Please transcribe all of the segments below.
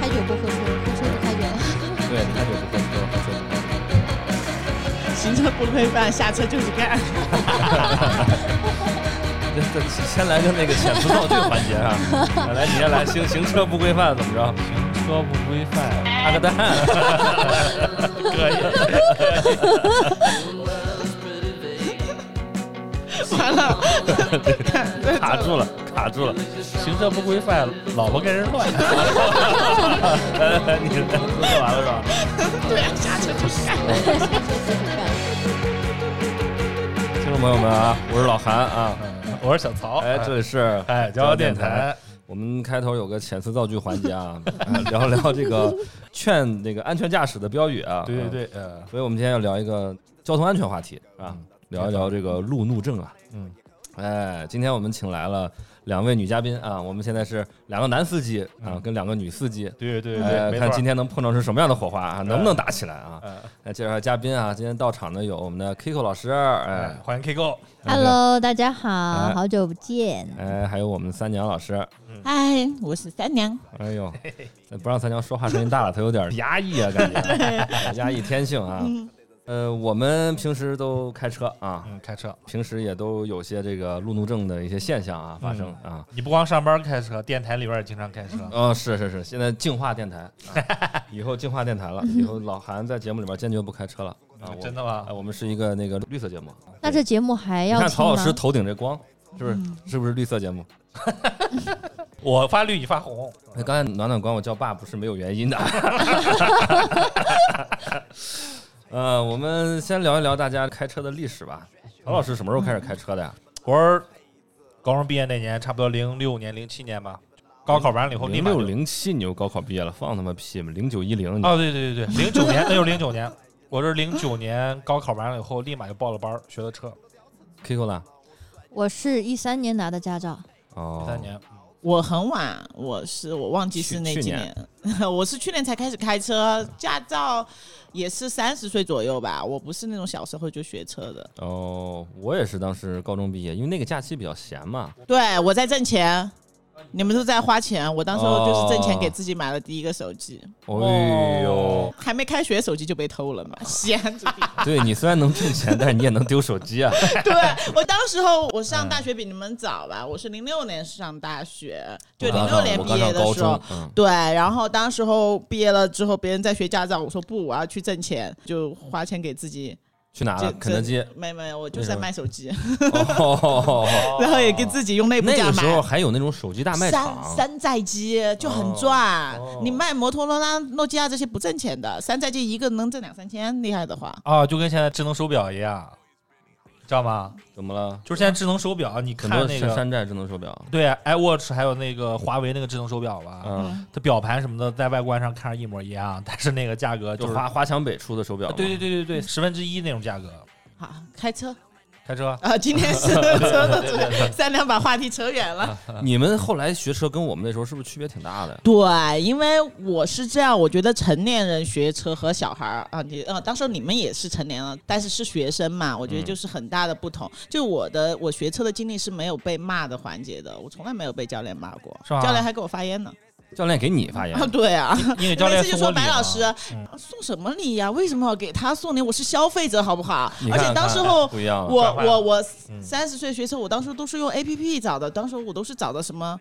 开卷不会说，会说不开卷。对，开卷不会说，开卷不会说。 行车不规范，下车就去干。这这先来个那个遣词造句环节 啊，来你先来，行行车不规范怎么着？车不规范，插个 蛋，可以。完了，卡住 了，卡住了。行车不规范，老婆跟人乱。来来 来，你说完了是吧？对啊，下车就去干。听众朋友们啊，我是老韩啊，我是小曹，哎，这里是哎，交交流流电电台。台，我们开头有个遣词造句环节啊， 哎聊聊这个劝那个安全驾驶的标语啊。对嗯对对，呃，所以我们今天要聊一个交通安全话题啊，聊一聊这个路怒症啊。嗯，哎，今天我们请来了两位女嘉宾啊，我们现在是两个男司机啊，嗯跟两个女司机。对对哎对，没看今错。嗯天能碰撞出什么样的火花啊，能不能打起来啊？呃，来介绍一下嘉宾啊，今天到场的有我们的 Kiko 老师，哎哎，欢迎 K 哥， Hello，大家哎嗯好，好久不见。哎，还有我们三娘老师，嗨，我是三娘。哎呦，不让三娘说话声音大了，她有 点压抑啊，感觉 压抑天性啊。呃，我们平时都开车啊，嗯，开车，平时也都有些这个路怒症的一些现象啊发生啊。你不光上班开车，电台里边也经常开车。哦，是是是，现在净化电台，啊以后净化电台了，以后老韩在节目里面坚决不开车了啊！我嗯真的吗哎，？我们是一个那个绿色节目。啊那这节目还你要看听曹老吗？嗯师头顶这光，是不是是不是绿色节目？我发绿，你发红。哎刚才暖暖管我叫爸不是没有原因的。 呃，我们先聊一聊大家开车的历史吧。曹老师什么时候开始开车的呀？我是高中毕业那年，差不多零六年、零七年吧。高考完了以后，立零马六就零七你就高考毕业了，放他妈屁嘛！零九一零，哦，对对对对，零九年，那就是零九年。我是零九年高考完了以后，立马就报了班儿，学的车， Kiko 呢？我是一三年拿的驾照，哦，三年。我很晚，我是我忘记是哪去几年，我是去年 才开始开车，驾照也是三十岁左右吧。我不是那种小时候就学车的，哦，我也是当时高中毕业，因为那个假期比较闲嘛。对我在挣钱。你们都在花钱，我当时候就是挣钱给自己买了第一个手机，哎呦，还没开学手机就被偷了哦嘛，闲 着。对你虽然能挣钱，但是你也能丢手机 啊。对我当时候我哎上大学比你们早吧，我是零六年上大学，就我刚零六上年我毕刚业上的高时候中，，嗯，对，然后当时候毕业了之后，别人在学驾照，我说不，我要去挣钱，就花钱给自己去哪就了？啊肯德 基。没没，我就是在卖手机，哦，然后也给自己用内部那价个时候买。还有那种手机大卖山场。山寨机就很赚，哦你卖摩托罗拉、诺基亚这些不挣钱的，山寨机一个能挣两三千，厉害的话。啊，就跟现在智能手表一样，知道吗？怎么了？就是现在智能手表，你很看多那山个山寨智能手表。对 iWatch 还有那个华为那个智能手表啊吧，嗯，它表盘什么的在外观上看着一模一样，但是那个价格就就是华华强北出的手表。对对，对对对，十分之一那种价格。好，开车开 车啊，今天是车的主题，三两把话题扯远了。你们后来学车跟我们那时候是不是区别挺大的？对，因为我是这样，我觉得成年人学车和小孩儿啊，你啊，当时候你们也是成年了，但是是学生嘛，我觉得嗯就是很大的不同。就我的我学车的经历是没有被骂的环节的，我从来没有被教练骂过，是吧教练还给我发烟呢。教练给你发 言啊，，对啊。你给教练每次就送过说礼白老吗嗯师、啊送什么礼呀、为什么要给他送礼？我是消费者，好不好？你而看且当看时候嗯不一样了。我转换我我嗯三十岁学车，我当时都是用 A P P 找的，当时我都是找的什么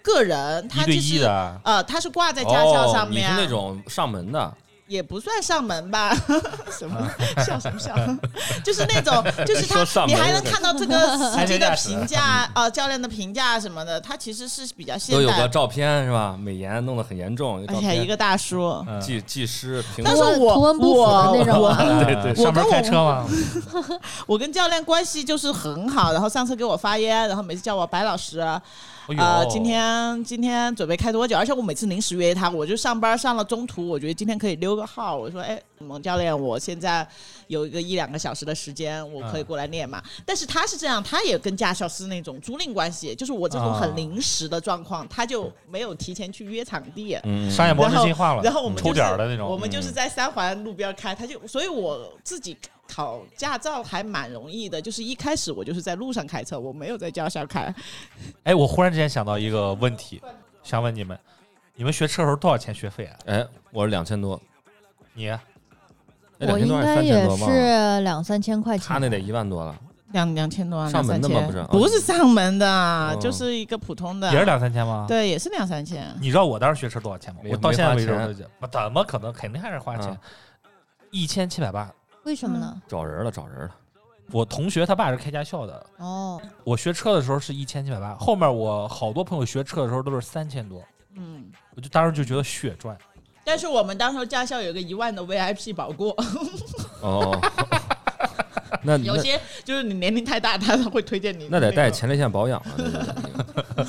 个人，他一就对是 一的，呃，他是挂在驾校哦，上你面是啊，那种上门的，也不算上门吧？ 什么笑什么笑？ 就是那 种，就是啊说上门他，你还能看到这个司 安机全的驾驶评价，呃，教练的评价什么的，他其实是比较现都有个代，照片是吧？美颜弄得很严重，而且一个大叔。嗯技技师，平但是图我文不符的那种我啊我对对，我哎上班跟我开车吗？我跟教练关系就是很好，然后上次给我发烟，然后每次叫我白老师，哎呦呃，今天今天准备开多久？而且我每次临时约他，我就上班上了中途，我觉得今天可以溜溜个号，我说哎，蒙教练，我现在有一个一两个小时的时间，我嗯可以过来练嘛。但是他是这样，他也跟驾校是那种租赁关系，就是我这种啊很临时的状况，他就没有提前去约场地。嗯，商业模式然后进化了，然后我们、就是、抽点儿的那种，我们就嗯是在三环路边开，他就，所以我自己考驾照还蛮容易的，就是一开始我就是在路上开车，我没有在驾校开，哎，我忽然之间想到一个问题，想问你们，你们学车的时候多少钱学费啊？哎，我是两千多，你哎我2000应多还该也3000多忘了是两三千块钱。 他那得一万多了，两两千多啊，上门的吗两三千不是不是上门的，哦就是一个普通的，也是两三千吗？。对，也是两三千。你知道我当时学车多少钱吗？没我到现在为止没花钱都觉得，我怎么可能？肯定还是花钱嗯，一千七百八。为什么呢？找人了，找人了。我同学他爸是开驾校的，嗯哦，我学车的时候是一千七百八，后面我好多朋友学车的时候都是三千多，嗯，我就当时就觉得血赚。但是我们当时驾校有个一万的 VIP 保固，哦， 那有嗯那些就是你年龄太大，他会推荐你、那得带钱。前列腺保养了，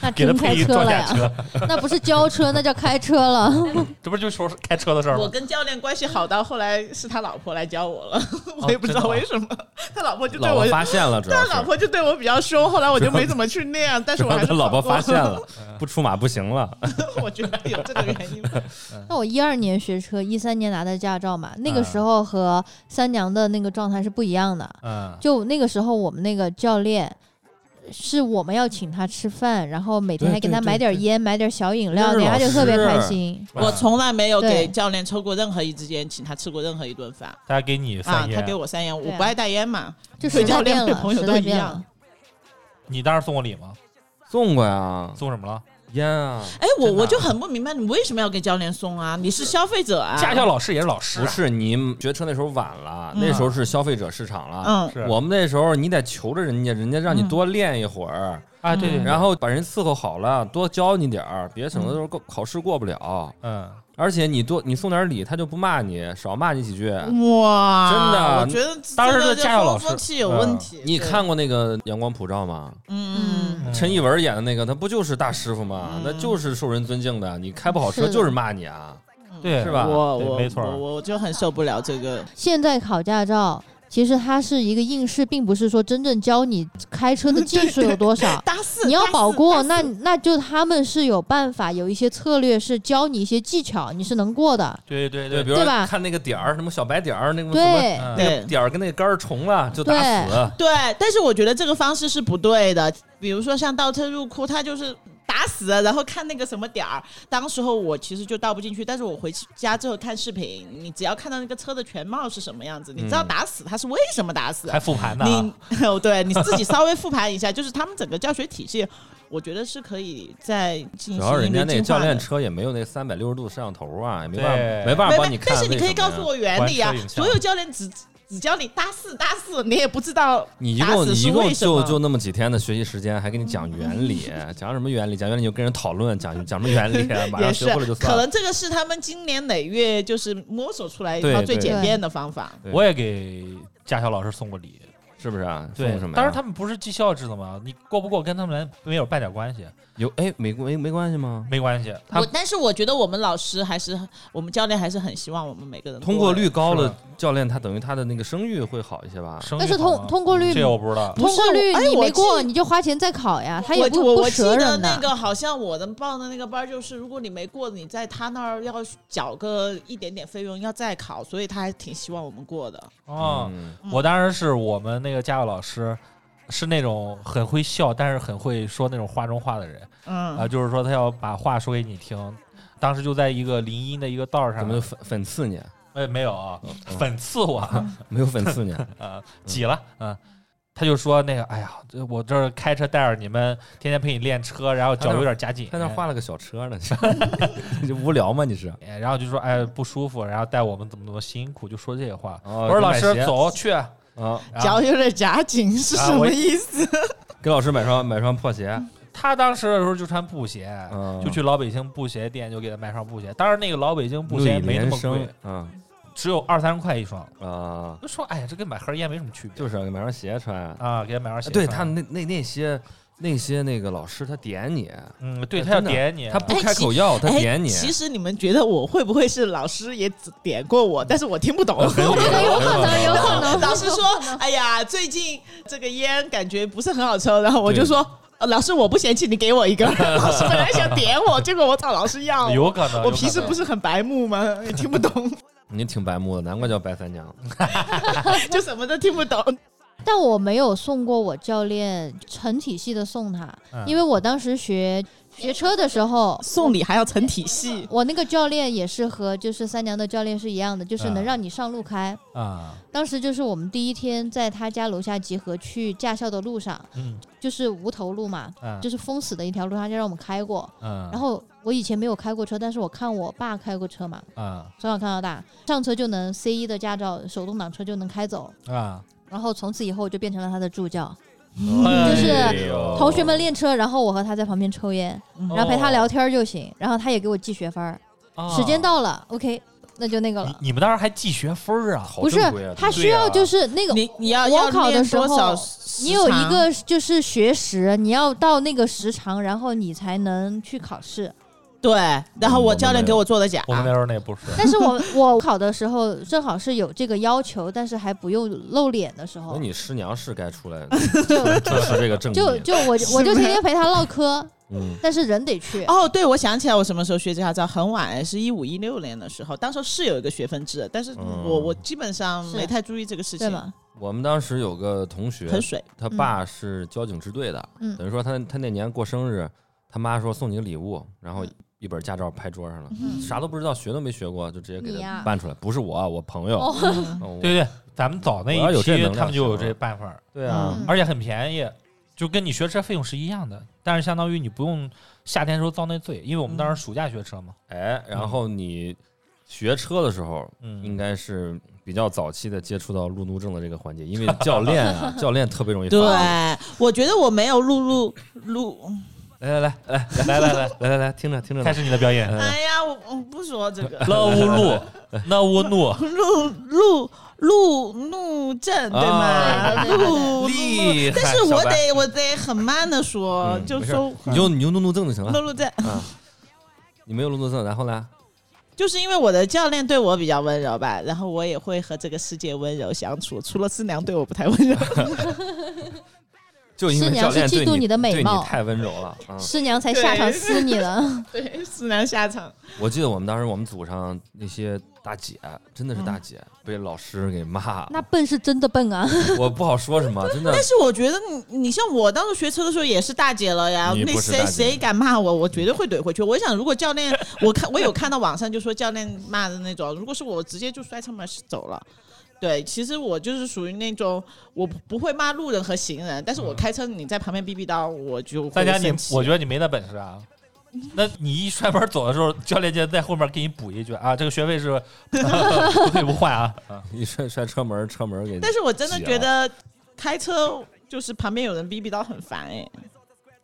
那就那得给他真配开一车装了甲呀？车， 那不是交车，那叫开车嗯了。这不就说是开车的事儿我吗？跟教练关系好到后来是他老婆来教我了，哦我也不真知的道吗为什么，他老 婆就对老我婆，发现了，主要他是老婆就对我比较凶，后来我就没怎么去练，但是主我还要是他 老婆跑过发现，了，嗯不出马不行了。 我觉得有这个原因吧。 那我一二年学车，一三年拿的驾照嘛，那个嗯时候和三娘的那个状态是不一样的。嗯，就那个时候，我们那个教练是我们要请他吃饭，然后每天对还给他对买对点烟，买点小饮那料，是人老家就特别师开心。我从来没有对给教练抽过任何一支烟，请他吃过任何一顿饭大家给你啊三。他烟给，我三烟，对我啊不爱带烟嘛。就对时代教变练对了，朋友时都代一变样了。你当时送我礼吗？送过呀，送什么了？烟啊，哎，我真的啊我就很不明白，你为什么要给教练送啊？你是消费者啊？驾校老师也是老师不啊，是你学车那时候晚了，嗯那时候是消费者市场了。嗯，是我们那时候你得求着人家，人家让你多练一会儿，啊，嗯对对，对然后把人伺候好了，多教你点儿，别省得到时候过考试过不了。嗯，而且你多你送点礼，他就不骂你，少骂你几句。嗯哇，真的我觉得啊当时这的个驾校老师嗯风气有问题。你对，看过那个《阳光普照》吗？嗯，陈艺文演的那个，他不就是大师傅吗嗯？那就是受人尊敬的。你开不好是车的就是骂你啊，对是吧我对我没错我我就很受不了这个。。现在考驾照，其实它是一个应试，并不是说真正教你开车的技术有多少大四你要保过，大那四那就他们是有办法，有一些策略是教你一些技巧，你是能过的。对对对，对比如对吧说看那个点儿，什么小白点儿，那个什么对，嗯对点儿跟那个杆儿重了就打死。对，但是我觉得这个方式是不对的。比如说像倒车入库，他就是打死，然后看那个什么点儿。当时候我其实就倒不进去，但是我回去家之后看视频，你只要看到那个车的全貌是什么样子，你知道嗯打死他是为什么打死。还复盘呢啊，你哦，对，你自己稍微复盘一下，就是他们整个教学体系，我觉得是可以再进行一主个要人家那进化教练的车也没有那三百六十度摄像头啊，也没对办法没办法没帮没你，看。但是你可以告诉，我原理啊关车影，像所有教练只只教你大四大四，你也不知道你一打共死你是一共为什么就就那么几天的学习时间，还给你讲原理，讲什么原理？讲原理就跟人讨论，讲讲什么原理，啊马也上是学会了就，可算了。能这个是他们今年累月就是摸索出来一对套对最简便的方法。对我也给驾校老师送过礼，是不是啊？对送什，么呀？但是他们不是绩效制的嘛，你过不过跟他们没有半点关系，有哎，没没没关系吗？没关系。嗯他我但是我觉得我们老师还是我们教练还是很希望我们每个人通过率高是了吧，教练他等于他的那个声誉会好一些吧？生但意是好通吗通过率这个我不知道，不通是过率哎你我没过，记你就花钱再考呀，他也我不我不我记折得人那的。个好像我的报的那个班儿就是，如果你没过，你在他那儿要缴个一点点费用，要再考，所以他还挺希望我们过的。啊。嗯我当时是我们那个驾校老师。是那种很会笑，但是很会说那种话中话的人啊、嗯，就是说他要把话说给你听。当时就在一个林荫的一个道上，怎么就粉粉刺 你？哎没有啊，嗯讽刺我啊，没有粉刺你？ 呃挤了啊。他就说那个，哎呀，这我这儿开车带着你们，天天陪你练车，然后脚有点夹紧，他那画了个小车 呢，你这无聊吗？你是？哎然后就说哎不舒服，然后带我们怎么怎么辛苦，就说这些话。哦我说就老买师鞋走去，啊，然后脚有点夹紧是啊什我么意思？给老师买双买双破鞋，他当时的时候就穿布鞋，嗯就去老北京布鞋店就给他买双布鞋。当然那个老北京布鞋没那么贵，嗯只有二三十块一双。啊，就说哎呀，这跟买盒烟没什么区别就是买双鞋穿。啊，给他买双鞋穿。对他们那那那些那些那个老师他点你，嗯，对哎他要真的点你，他不哎开其口要，他哎点你，其实你们觉得我会不会是老师也只点过我，但是我听不懂。呃很有可能有可能，有可 能。老师说：“哎呀，最近这个烟感觉不是很好抽。”然后我就说：“呃老师，我不嫌弃，你给 我一个。”老师本来想点我，结果我找老师哎要。有可能。我有可平时能不是很白目吗？也听不懂， 你挺白目的，难怪叫白三娘。就什么都听不懂。但我没有送过我教练成体系的送他，嗯因为我当时学学车的时候，送礼还要成体系，我那个教练也是和就是三娘的教练是一样的，就是能嗯让你上路开。啊，当时就是我们第一天在他家楼下集合，去驾校的路上，嗯就是无头路嘛，嗯就是封死的一条路，他就让我们开过。嗯，然后我以前没有开过车，但是我看我爸开过车嘛，啊从小看到大，上车就能 C 一的驾照，手动挡车就能开走。啊，然后从此以后我就变成了他的助教，就是哦同学们练车，然后我和他在旁边抽烟，嗯哦然后陪他聊天儿就行，然后他也给我记学分儿。时间到了，OK，那就那个哦你了。你们当时还记学分儿啊？不是，他需要就是那个，你你要我要考的练时候多少？你有一个就是学时，你要到那个时长，然后你才能去考 试。对，然后嗯我我们教练没给有我做的假，我们那时候那不是，但是我我考的时候正好是有这个要求，但是还不用露脸的时那候，你师娘是该出来就主持这个 正就义。就我就我就天天陪他唠嗑，嗯，但是人得去。哦，对，我想起来，我什么时候学驾照？很晚，是一五一六年的时候，当时候是有一个学分制的，但是我、嗯我基本上是没太注意这个事对情，吗？我们当时有个同学，很水。他爸是交警支队的，嗯等于说他他那年过生日，他妈说送你个礼物，然后嗯一本驾照拍桌上了，嗯啥都不知道，学都没学过，就直接给你他呀办出来。不是我，我朋友。哦，嗯哦对对，咱们早那我要有一这期能量他们就有行这办法儿，对啊，嗯而且很便宜，就跟你学车费用是一样的，但是相当于你不用夏天时候遭那罪，因为我们嗯当时暑假学车嘛，哎，然后你学车的时候，应嗯，该是比较早期的接触到路怒症的这个环节，因为教练啊，教练特别容易发对怒。，我觉得我没有录录录，来来来来来来来来来来来，听着听着呢，开始你的 表演，哎呀，我我不说这个那乌路，那乌怒，录录录怒症对啊吗？对对对录厉录，害但是我小白得我得很慢的说，嗯就没事说你就你就路怒症就行录了录症。啊。你没有路怒症，然后呢？就是因为我的教练对我比较温柔吧，然后我也会和这个世界温柔相处，除了师娘对我不太温柔。就因为师教娘是练对嫉妒你的美对你貌太温柔了 啊！师娘才下场对撕你了，对， 师娘下场。我记得我们当时我们组上那些大姐，真的是大姐，被老师给 骂，那笨是真的笨啊！我不好说什么，真的但是我觉得你，你像我当时学车的时候也是大姐了呀，你那不是大谁姐谁敢骂我，我绝对会怼回去。 我想，如果教练，我看我有看到网上就说教练骂的那种，如果是我，我直接就摔车门走了。对，其实我就是属于那种我不不会骂路人和行人，但是我开车你在旁边逼逼叨，我就大会家你生，气我觉得你没那本事啊。嗯那你一摔门走的时候，教练就在后面给你补一句啊，这个学费 是不退不换啊。一摔摔车门，车门给。但是我真的啊觉得开车就是旁边有人逼逼叨很烦哎、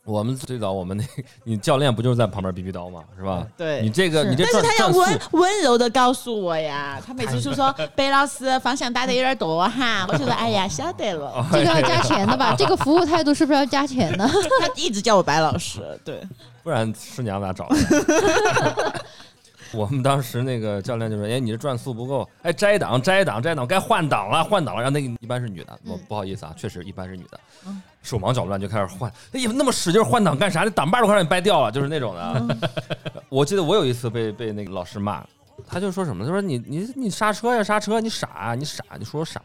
我们最早我们那，你教练不就是在旁边逼逼叨吗？是吧？对，你这个是你这但是转他要转温速，温柔的告诉我 呀，他每次就说贝老师方向打得有点多哈， 我就说哎呀晓得 了，这个哎要加钱的吧？这个服务态度是不是要加钱的？ 他一直叫我白老师，对，不然师娘咋找的？ 我们当时那个教练就说：“哎，你这转速不够，哎，摘档，摘档，摘档，该换挡了，换挡了。”然后那个一般是女的，我嗯不好意思啊，确实一般是女的，手忙脚乱就开始换。哎呀，那么使劲换挡干啥？那挡把都快让你掰掉了，就是那种的啊。 我记得我有一次被被那个老师骂，他就说什么？他说你你你刹车呀，刹车！你傻啊，你傻！你说我傻。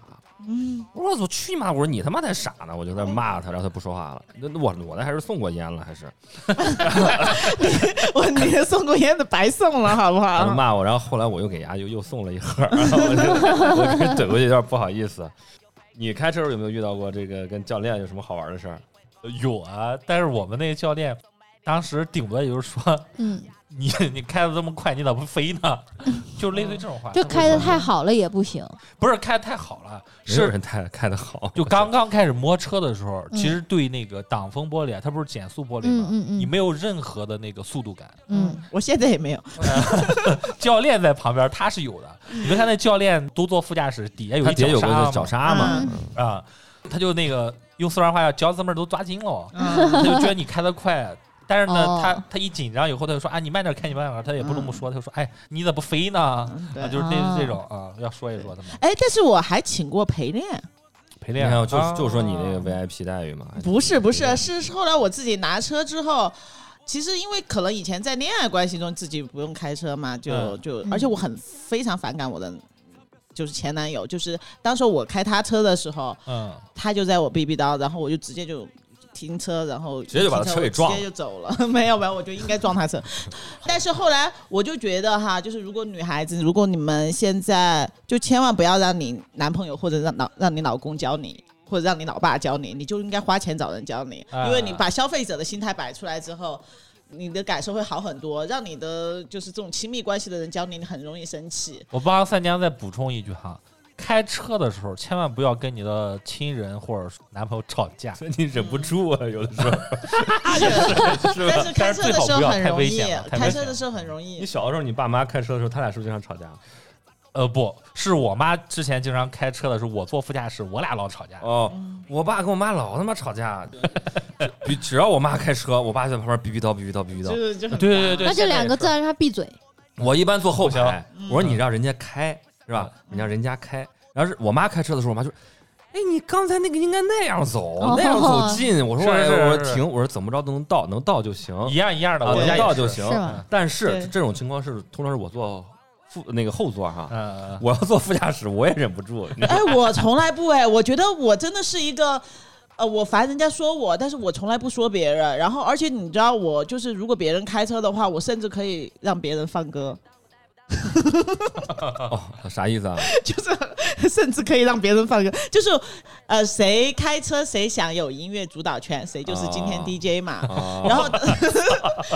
我说我去你妈！我说你他妈才傻呢！我就在那骂他，然后他不说话了。那那我我那还是送过烟了，还是 我你送过烟的白送了好不他啊 就好？骂我，然后后来我又给丫又又送了一盒儿， 然后我就我给怼回去，有点不好意思。你开车时候有没有遇到过这个跟教练有什么好玩的事儿？有啊，但是我们那个教练当时顶多也就是说嗯，你 你开的这么快，你咋不飞呢？ 就是类似于这种话，嗯就他开会的说太好了也不行。不是开的太好了，没有是人开开的好，就刚刚开始摸车的时候，嗯其实对那个挡风玻璃啊，它不是减速玻璃嗯吗？嗯你嗯没有任何的那个速度感，嗯，，我现在也没有，教练在旁边他是有的。嗯你们看那教练都坐副驾驶，底下有他一底下有脚个刹脚嘛刹嘛嗯，啊，他就那个用四川话叫脚趾妹儿都抓筋 了，哦嗯他就觉得你开得快。但是呢，哦嗯他他一紧张以后，他就说啊，你慢点开，你慢点开，他也不这么说，他就说，哎，你怎么不飞呢？啊， 嗯，对。就是啊这这种啊，要说一说他们哎，但是我还请过陪练，陪你练看，啊，就就说你那个啊 VIP 待遇嘛，不是 不是，是后来我自己拿车之后，其实因为可能以前在恋爱关系中自己不用开车嘛，就、嗯就，嗯而且我很非常反感我的就是前男友，就是当时我开他车的时候，嗯，他就在我逼逼叨，然后我就直接就。停车，然后直接就把他停车给撞了直接就走了。 没有没有，我就应该撞他车。 但是后来我就觉得哈，就是如果女孩子，如果你们现在就千万不要让你男朋友或者让老让你老公教你，或者让你老爸教你，你就应该花钱找人教你，啊因为你把消费者的心态摆出来之后。你的感受会好很多，让你的就是这种亲密关系的人教你，你很容易生气。 我帮三娘再补充一句哈，开车的时候千万不要跟你的亲人或者男朋友吵架，你忍不住啊，有的时候。 是但是开车的时候很容易，开车的候，时候很容易你。小的时候，你爸妈开车的时候，他俩是不是经常吵架？啊呃，不是我妈之前经常开车的时候，我坐副驾驶，我俩老吵架。哦，嗯我爸跟我妈老他妈吵架， 只只要我妈开车，我爸就在旁边逼逼叨逼逼叨逼逼就叨。是就很对对对那就两个字，让他闭嘴。我一般坐后不排，我说你让人家开是吧？你让人家开。然后是我妈开车的时候，我妈就，哎，你刚才那个应该那样走，哦那样走近。我说是哎是我是说停，我说怎么着都能到，能到就行一样一样的，啊，我能家到也。就是行是。吗？ 但对是这种情况是通常是我坐副那个后座哈，嗯，我要坐副驾驶我也忍不住。你知道吗哎，我从来不哎，我觉得我真的是一个。呃，我烦人家说我，但是我从来不说别人。然后，而且你知道我，就是如果别人开车的话，我甚至可以让别人放歌， 哦，啥意思啊？就是甚至可以让别人放歌，就是呃，谁开车谁享有音乐主导权，谁就是今天哦 DJ 嘛。啊，然后，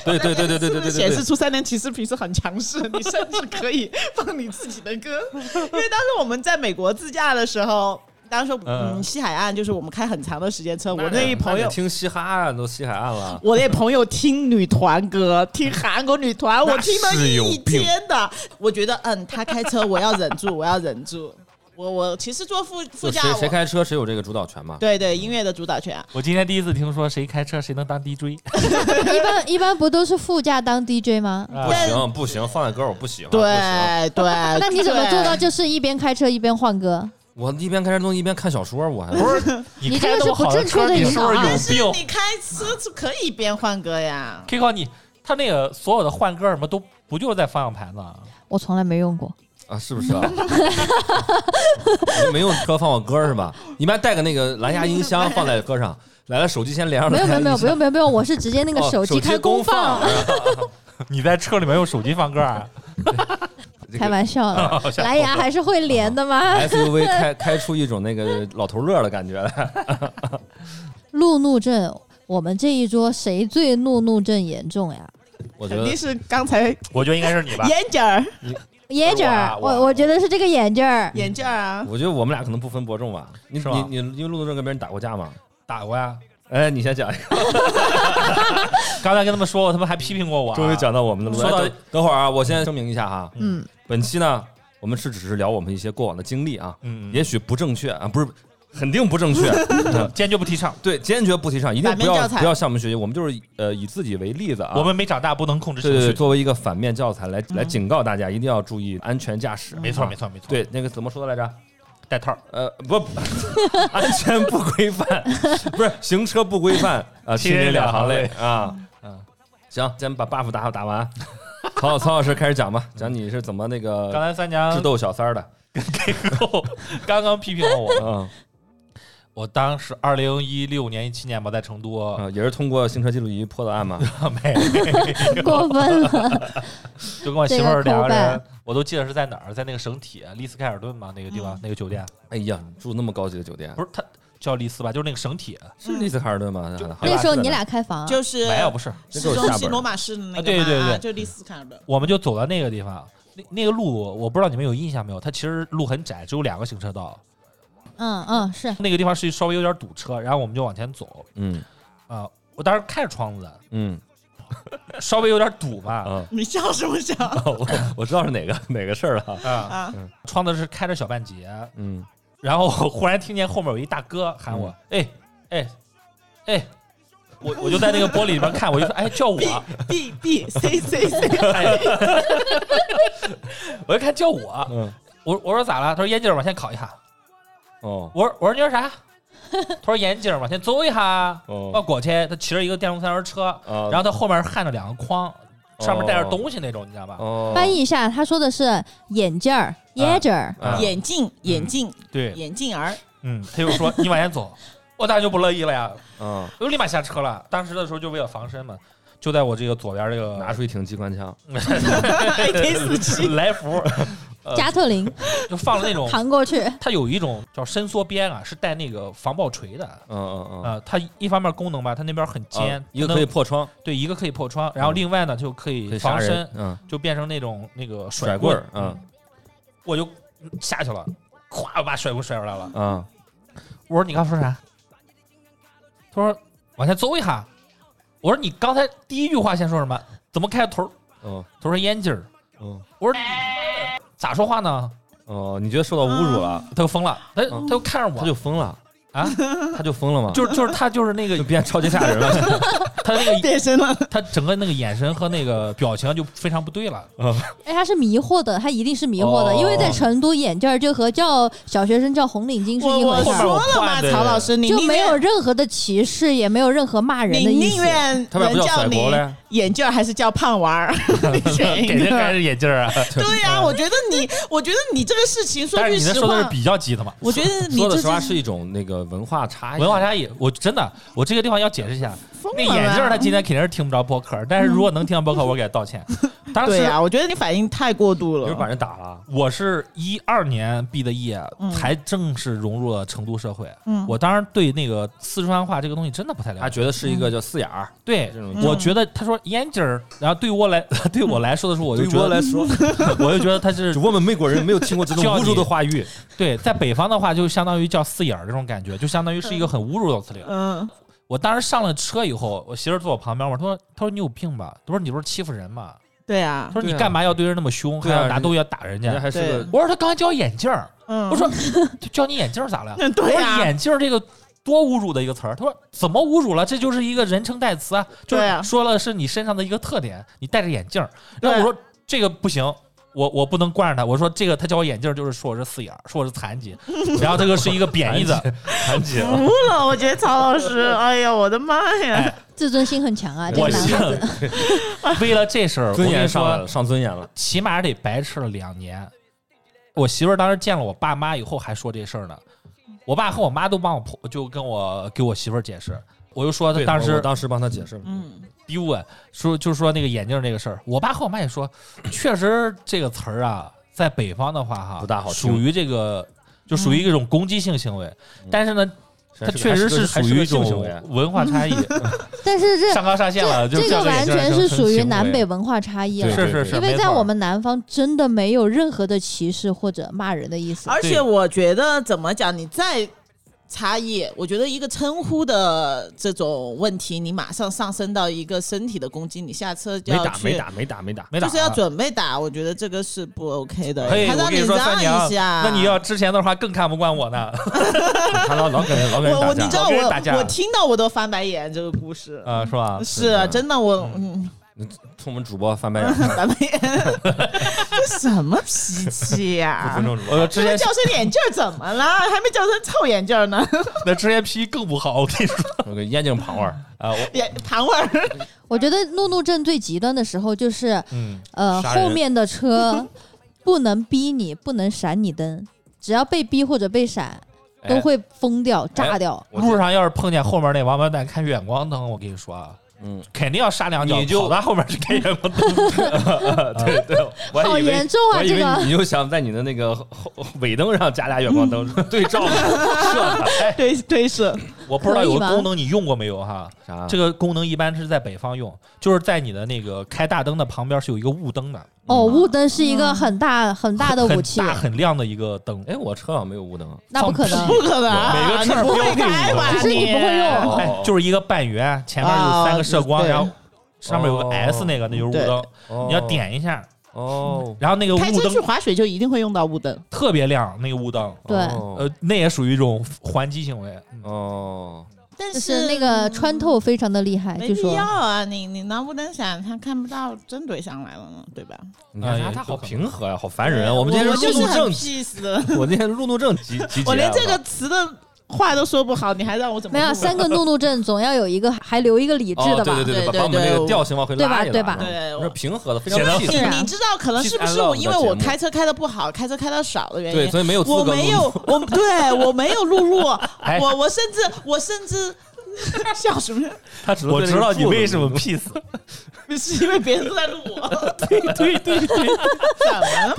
对对对对对对对显对示。出三连骑士平时很强势，你甚至可以放你自己的歌。因为当时我们在美国自驾的时候，当时嗯嗯西海岸就是我们开很长的时间车，我得那一朋那友得。听嘻哈啊，都西海岸了。我那朋友听女团歌，听韩国女团，我那听了是有一病天的。我觉得，嗯，他开车，我要忍住，我要忍住。我我其实坐副副就驾谁，谁我开啊车谁有这个主导权嘛？对对音乐的主导权。我今天第一次听说谁开车谁能当 DJ，一般一般不都是副驾当 DJ 吗？不行不行，放在歌我不喜欢。不行对 对，那那你怎么做到就是一边开车一边换歌？我一边开车东西一边看小说，我还不是你开这个是那么好的不正确车，的你引是导不啊是但是有病你开车是可以一边换歌呀。 ？Kiko，你他那个所有的换歌什么都不就是在方向盘啊呢？我从来没用过。啊，是不是 啊？没用车放我歌是吧？一般带个那个蓝牙音箱放在歌上，来了手机先连上没蓝有没牙有音箱。没有不用不用不用，我是直接那个哦机开功放，啊 是吧 你在车里面用手机放歌啊？ 这个开 玩笑哦的，蓝牙还是会连的哦嘛。 SUV 开开出一种那个老头乐的感觉来。路怒症，我们这一桌谁最路怒症严重呀？我觉肯得定是刚才我觉得应该是你吧。眼镜儿，眼镜儿，我啊我我我觉得是这个眼镜儿。眼镜儿啊，我觉得我们俩可能不分伯仲吧？你是吧你你因为路怒症跟别人打过架吗？打过呀， 哎，你先讲一个，刚才跟他们说过，他们还批评过我啊。终于讲到我们的路怒症。说到哎等等会儿啊，我先声明一下哈，嗯，本期呢，我们是只是聊我们一些过往的经历啊，嗯，嗯，也许不正确啊，不是，肯定不正 确，嗯坚决不提倡。对，坚决不提倡，一定反不面教要材不要向我们学习，我们就是呃以自己为例子啊，我们没长大，不能控制情对对对，绪。作为一个反面教材嗯来来警告大家，一定要注意安全驾驶，没错，没错，错，没错。，对，那个怎么说的来着？带套。呃，不， 安全不规范， 不是行车不规范啊， 亲亲人人两两行行泪泪啊，嗯，行，先把 buff 打打完， 曹曹老师开始讲吧，讲你是怎么那刚个才三智娘斗小三儿的， 刚刚批评了我，嗯我当时二零一六年、一七年吧，在成都，啊嗯，也是通过行车记录仪破的案嘛， 没过分了。就跟我媳妇儿这个两个 callback 人，我都记得是在哪儿，在那个省体丽思凯尔顿嘛，那个地方，那个酒店，哎呀，住那么高级的酒店，不是他叫丽思吧，就是那个省体，是丽思卡尔顿吗？还那有时候是的你俩开房啊，就是没有不是，这市就是中下心本罗马市的那个啊对对嘛对啊就丽思卡尔顿。我们就走到那个地方，那那个路我不知道你们有印象没有，它其实路很窄，只有两个行车道，嗯嗯是，那个地方是稍微有点堵车，然后我们就往前走嗯啊、我当时开着窗子的，嗯稍微有点堵嘛，啊、啊，嗯你笑什 么笑我哦我知道是哪个哪个事儿了，啊？窗子是开着小半截，嗯然后我忽然听见后面有一大哥喊我：“哎，哎哎，我我就在那个玻璃里面看，我就说哎叫我， B B C C C，哎，我一看叫我，嗯，我我说咋了？他说眼镜儿往前靠一下，哦我说我说你说啥？他说眼镜儿往前走一下，往哦过去。他骑着一个电动三轮车，啊然后他后面焊着两个筐，上面带着东西那种，你知道吧？哦，翻译一下，他说的是眼镜儿、椰子儿，啊眼镜眼镜嗯对，眼镜 儿，嗯，他就说你往前走， 我当然就不乐意了呀，嗯，我就立马下车了。当时的时候就为了防身嘛，就在我这个左边这个拿出一挺机关枪，AK47 来 福，呃加特林就放了那种，扛过去，它有一种叫伸缩边啊，是带那个防爆锤的。嗯嗯嗯，呃，它一方面功能吧，它那边很尖啊，一个能可以破窗，对，一个可以破窗，然后嗯另外呢就可可以以杀防人身，，嗯，就变成那种那个甩棍棍儿，，嗯我就下去了，咵，我把甩棍甩出来了。嗯，我说你刚说啥？他说往前走一下。我说你刚才第一句话先说什么？怎么开头？哦他说烟劲儿。哦我说咋说话呢？哦，你觉得受到侮辱了，他就疯了，他嗯他就看着我，他就疯了啊，他就疯了吗？就就是他就是那就个变超级吓人了， 他那个变身了，他整个那个眼神和那个表情就非常不对了。哎，他是迷惑的，他一定是迷惑的，因为在成都眼镜儿就和叫小学生叫红领巾是我一我回事后儿，面说了嘛，换的曹老师，你就宁没愿有任何的歧视，也没有任何骂人你的意宁思。愿他们人不叫叫甩你锅嘞？眼镜儿还是叫胖娃 儿？你选一给人戴个。着眼镜儿啊，对呀、我觉得你，我觉得你这个事情说但句是你那实说的话是，比较急的嘛？我觉得你说的这实话是是一种那个文化差异，文化差异，我真的，我这个地方要解释一下，疯那了眼镜儿吧他今天肯定是听不着播客，但是如果能听到播客，我给他道歉。当时对呀、我觉得你反应太过度你是把了。人打了，我是一二年毕的业嗯，才正式融入了成都社会。嗯，我当时对那个四川话这个东西真的不太了他解。觉得是一个叫四眼儿对啊这，种嗯我觉得他说烟劲儿，然后对我来 对我来说的时候，我就觉得，说，我就觉得 他是我们美国人没有听过这种叫侮你辱的话 语，对，在北方的话，就相当于叫四眼儿这种感觉，就相当于是一个很侮辱的词令。嗯，我当时上了车以后，我媳妇儿坐我旁边，我说：“她说你有病吧？她说你不是欺负人吗？对她呀、说你对啊干嘛要对人那么凶，还对啊要拿东西要打人人家家？”还是个对我说：“她刚才叫眼镜儿。”嗯，我说：“ 就叫你眼镜儿咋了？” 嗯，我对说呀、：“眼镜儿这个多侮辱的一个词儿。”她说：“怎么侮辱了？这就是一个人称代词啊，就对啊是说了是你身上的一个特点，你戴着眼镜儿。”然后对我说：“这个不行。”我我不能惯着他，我说这个他叫我眼镜儿就是说我是四眼儿，说我是残疾，然后这个是一个贬义 的，残疾了，服了，我觉得曹 老师，哎呀，我的妈哎呀！自尊心很强啊，这我个男孩子。为了 这事儿，我跟尊你严上来说了，，上尊严了，起码得白吃了两年。我媳妇儿当时见了我爸妈以后还说这事儿呢，我爸和我妈都帮我婆就跟我给我媳妇儿解释，我就说她啊对当我时当时帮他解释了，嗯，逼问说就是说那个眼镜这个事儿，我爸和我妈也说，确实这个词儿啊，在北方的话哈不大好听属于这个就属于一种攻击性行为，但是呢，它还确实嗯是个属还是于个一性种行为文化 差异，但是这上纲上线了，就这个叫眼完镜全是是属于行为南北文化差异对了，是是是，因为没在错我们南方真的没有任何的歧视或者骂人的意思。而且我觉得怎么讲，你再差异，我觉得一个称呼的这种问题，你马上上升到一个身体的攻击，你下车就没要打去没打没打没打，没打就是要啊准备打，我觉得这个是不 OK 的，嘿，他我让跟你说，三让娘一下，，那你要之前的话更看不惯我呢。他老老跟人老跟人我我打你知架，道老跟人打架我我听到我都翻白眼这个故事， 啊，是吧？是啊，真的我嗯冲我们主播翻 白眼，翻白眼，这什么脾气呀、不尊重主我播，呃之 这个 前叫声眼镜儿怎么了？还没叫声臭眼镜儿呢， 那之前脾气更不好，我跟你说那个眼镜旁味 儿，啊，我眼盘味儿。 我觉得路怒症最极端的时候就是，嗯，呃，杀人后面的车不能逼你，不能闪你灯，只要被逼或者被闪，哎都会疯掉、炸掉。我路上要是碰见后面那王八蛋开远光灯，我跟你说啊，嗯，肯定要刹两脚，你就跑到后面去开远光灯。对对，我好还以为严重啊！我以这为个你就想在你的那个后尾灯上加俩远光灯嗯 对照 射它，哎对对是， 我不知道可以有个吗功能你用过没有哈？啥这个功能一般是在北方用，就是在你的那个开大灯的旁边是有一个雾灯的，哦，雾灯是一嗯个很大很大的武器很，大很亮的一个灯。哎，我车上没有雾灯，那不可放能屁。不可能啊，每个你翅膀不会标配开五吧？只是你不会用哦哎，就是一个半圆，前面有三个射光，啊对然后上面有个哦 S 那个，那就是雾对灯，哦你要点一下，哦，然后那个雾开车灯去滑雪就一定会用到雾灯，特别亮，那个雾灯，对哦呃，那也属于一种还击行为。哦，但就是那个穿透非常的厉害，嗯没据必说要啊！你你拿雾灯闪，他看不到，真怼上来了呢，对吧？你看他哎他好有可能平和呀，好烦人啊。我们今天就路是怒很症， peace 的， 我今天路怒症集集结。我连这个词的话都说不好，你还让我怎么没录啊？有三个怒怒症，总要有一个 还留一个理智哦的吧？对对对把对把我们对这个我调性往回拉一拉，对吧嗯对吧我对说我平和的，非常显得 peace 是啊你你知道可能是不 Peace 是 and love 我的因为我节目开车开的不好，开车开的少的原因？对，所以没有资我格没有录。，我对我没有录入，哎我我甚至我甚至 笑什么呀？他只能我对知这个道你柱子为什么录 peace，是因为别人都在录 我，对 对对对，怎 么了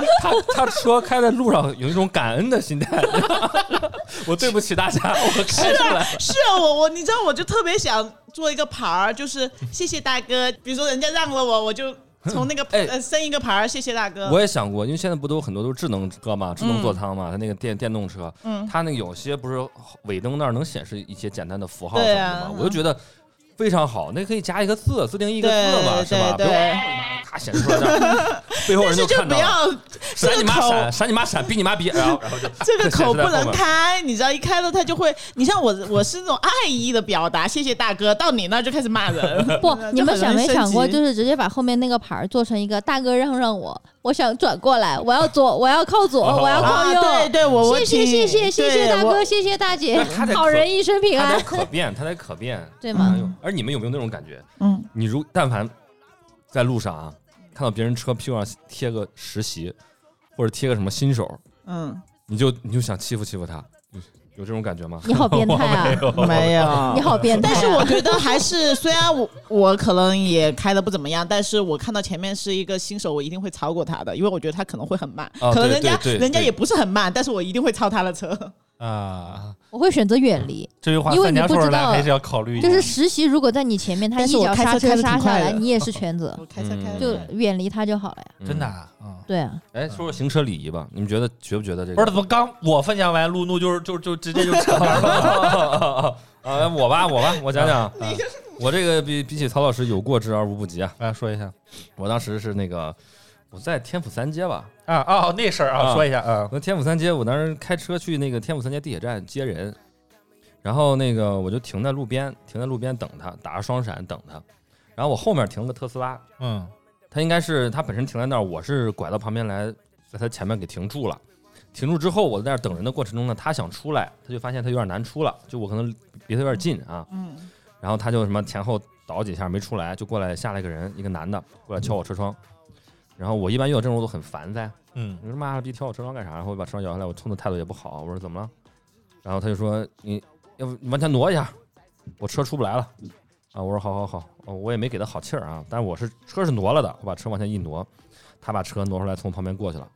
嘛？他 他车开在路上有一种感恩的心态， 我对不起大家，我开出来。是啊，我我你知道，我就特别想做一个牌儿，就是谢谢大哥，比如说人家让了我，我就从那个哎呃伸一个牌儿，谢谢大哥。我也想过，因为现在不都有很多都是智能车嘛，智能座舱嘛，它那个电电动车，嗯它那个有些不是尾灯那儿能显示一些简单的符号什对么的啊嘛，我就觉得非常好，那可以加一个字，自定义一个字嘛，对是吧？比对如对，咔显示出来这儿， 背后但人是看不到了，要闪你这个妈口闪，闪你妈闪，逼你妈逼，然后然后就这个口不这 显示在后能面开，你知道一开了他就会，你像我我是那种爱意的表达，谢谢大哥，到你那儿就开始骂人。不，你们想没想过，这很容易升级就是直接把后面那个牌儿做成一个大哥让让我，我想转过来，我要左，我要靠左，我要靠啊，右。对对，我我哎谢谢谢谢挺谢谢对大我哥，谢谢大姐那他，得好可人一生平它安得。可变，它得可变， 对吗哎呦而你们有没有那种感觉？嗯，你如但凡在路上啊，看到别人车屁股上贴个实习，或者贴个什么新手，嗯，你就你就想欺负欺负他，有有这种感觉吗？ 你好变态啊！没有你。好变态、啊！但是我觉得还是，虽然我我可能也开的不怎么样，但是我看到前面是一个新手，我一定会超过他的，因为我觉得他可能会很慢，啊可能对人家对对人家对嗯也不是很慢，但是我一定会超他的车。啊， 我会选择远离。这句话因为三你家不说出知来道还是要考虑一下，就是实习，如果在你前面，他但一是我脚开刹车车开得刹挺下快来，的你也是全 责，我开车开就的嗯远离他就好了呀。嗯 真的，啊。嗯对啊，哎，说说行车礼仪吧，你们觉得觉不觉得这个？ 不是，怎 么刚我分享完路怒就是就就直接 就扯到了啊，我吧，我吧，我讲啊讲， 我这个比比起曹老师有过之而无不及啊。来说一下我当时是那个我在天府三街吧，啊哦那事儿啊啊说一下啊我在天府三街，我当时开车去那个天府三街地铁站接人，然后那个我就停在路边，停在路边等他，打着双闪等他，然后我后面停了个特斯拉，嗯他应该是他本身停在那儿，我是拐到旁边来，在他前面给停住了。停住之后，我在那儿等人的过程中呢，他想出来，他就发现他有点难出了，就我可能离他有点近啊，嗯然后他就什么前后倒几下没出来，就过来下来个人，一个男的过来敲我车窗，然后我一般遇到这种我都很烦噻，嗯你说妈了逼挑我车窗干啥？然后我把车窗摇下来，我冲的态度也不好，我说怎么了？然后他就说你要不你往前挪一下，我车出不来了。啊，我说好好好，哦我也没给他好气儿啊，但是我是车是挪了的，我把车往前一挪，他把车挪出来从我旁边过去了。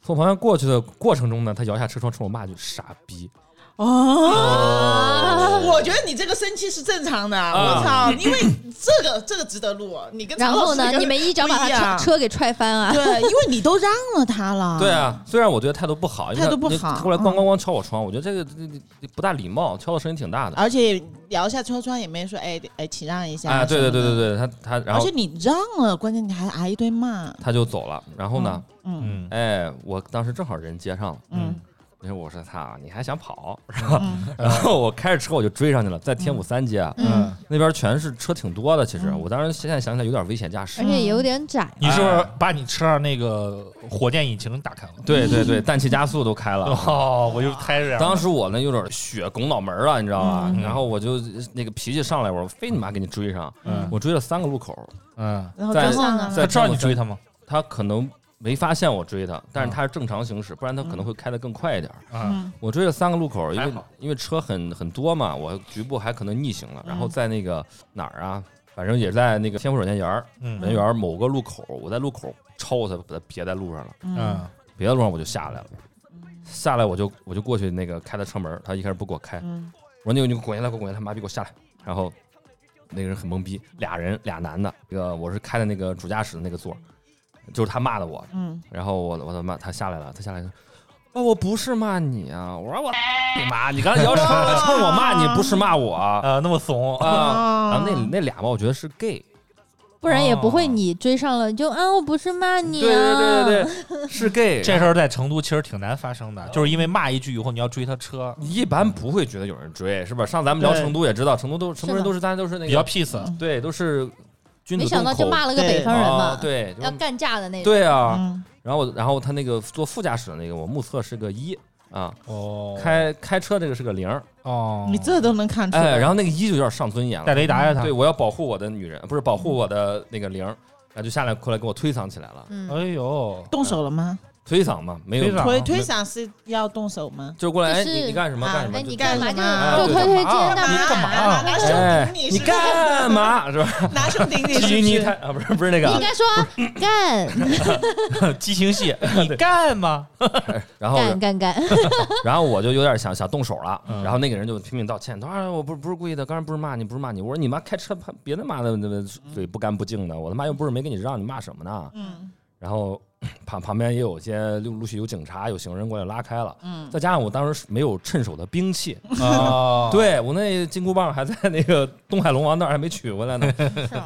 从我旁边过去的过程中呢，他摇下车窗冲我骂一句傻逼，哦，我觉得你这个生气是正常的，啊我操，因为这个这个值得录，你跟啊然曹老后师呢，跟你们一脚把 不一他样车车给踹翻 啊！对，因为你都让了他了，对，啊，虽然我对他态度不好，因为态度他不因为他好嗯后来咣咣咣敲我窗，我觉得这个这这不大礼貌，敲的声音挺大的。而且摇一下车窗也没说，哎哎，请让一下啊，对对对对对，对，他他然而后且你让了，关键你还挨一堆骂，他就走了，然后呢，嗯嗯哎，我当时正好人接上了。嗯你说我说他，你还想 跑？嗯然后我开着车我就追上去了，在天府三街啊，嗯，那边全是车，挺多的。其实嗯我当时现在想起来有点危险驾驶哎而。且也有点窄。你是不是把你车上那个火箭引擎打开了？对对对，氮气加速都开了。 哦，我就猜这样。当时我呢有点血拱脑门啊了，你知道吧？嗯然后我就那个脾气上来，我说非你妈给你追上！嗯我追了三个路口，嗯，然后在就上了，他在知道你天府追三他吗？他可能没发现我追他，但是嗯他是正常行驶，不然他可能会开得更快一点。啊嗯我追了三个路口，因还为好因为车很很多嘛，我局部还可能逆行了。然后嗯在那个哪儿啊，反正也在那个天府软件园儿软件嗯园儿某个路口，我在路口超过他，把他别在路上了。嗯嗯别在路上我就下来了，下来我就我就过去那个开他车门，他一开始不给我开，嗯我说你你滚下来，给我滚下来，妈逼给我下来。然后那个人很懵逼，俩人俩男的，那个我是开的那个主驾驶的那个座儿，就是他骂的我，嗯，然后我我他妈他下来了，他下来说，哦，我不是骂你啊，我说我你妈，你刚才摇车了，冲我骂你，不是骂我啊。啊，那么怂然啊后那那俩吧，我觉得是 gay，不然也不会你追上了你就啊，我不是骂你、啊，对对对 对对，是 gay。这事儿在成都其实挺难发生的，就是因为骂一句以后你要追他车，你一般不会觉得有人追，是吧？上咱们聊对成都也知道，成都都成都人都是大家都是那比较个，嗯 peace。对，都是君子没想到就骂了了个北方人嘛，对，就是要干架的那种。对啊。嗯，然后我然后他那个坐副驾驶的那个，我目测是个一啊，哦，开开车这个是个零，哦，你这都能看出来。哎，然后那个一就有点上尊严了带，雷达呀他对，，我要保护我的女人，不是保护我的那个零，然后就下来过来给我推搡起来了，嗯，哎呦，动手了吗？推搿嘛，没有推搿啊推推搿是要动手吗？就是过来，哎，就你是你干什么啊干什么？哎，就你干干嘛什么就就推推荐哎的你干嘛啊拿手哎，顶你你是不是？干 嘛是吧？拿手顶你 基是于不你是太？啊，不是不是那应个。该说干 激情戏，你干吗？然后干干干，然后我就有点想想动手了，嗯然后那个人就拼命道歉，他说啊我不是不是故意的，刚才不是骂你，不是骂你。我说你妈开车别他妈的那么嘴不干不净的，我他妈又不是没给你让，你骂什么呢？嗯然后 旁旁边也有些陆陆续有警察有行人过来拉开了，嗯，再加上我当时没有趁手的兵器，哦，对我那金箍棒还在那个东海龙王那儿还没取回来呢，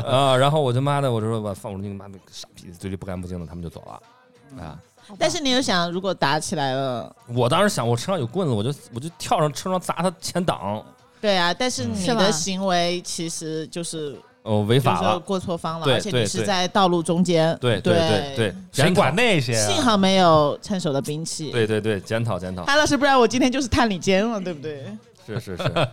啊，然然后我就妈的，我就说我放我那个妈的傻逼嘴里不干不净的，他们就走了，啊， 但是你又想，如果打起来了，我当时想我车上有棍子，我就我就跳上车上砸他前挡，对啊，但是你是吧的行为其实就是哦，嗯违就法是了，过错方了，对而且对你是对在道路中间，对对对对，谁检讨管？那些啊？幸好没有趁手的兵器。对对对，检讨检讨，潘老师，不然我今天就是探你肩了，对不对？是是是，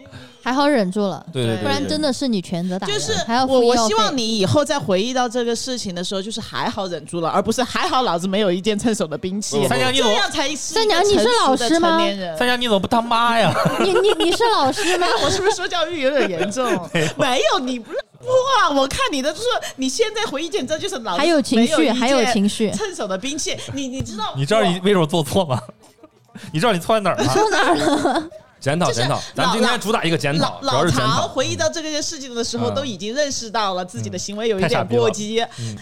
还好忍住了，对对对，不然真的是你全责打人，就是还要我，付医我药希 望费你以后在回忆到这个事情的时候，就是还好忍住了，而不是还好老子没有一件趁手的兵器不。三娘，你怎这么样才是三娘一个你是成熟老的师吗成年人三娘你怎么不当妈呀？你你你是老师吗？ 我是不是说教育有点严重？没有，你不是哇！我看你的就是你现在回忆简直就是老还有情绪，还有情绪，绪，趁手的兵器，你你知道你知道你哇为什么做错吗？ 你知道你错在哪儿吗？检讨就是检讨，咱们老今天主打一个检讨老，主要老是检曹讨，回忆到这件事情的时候，嗯都已经认识到了自己的行为有一太傻点逼了过激。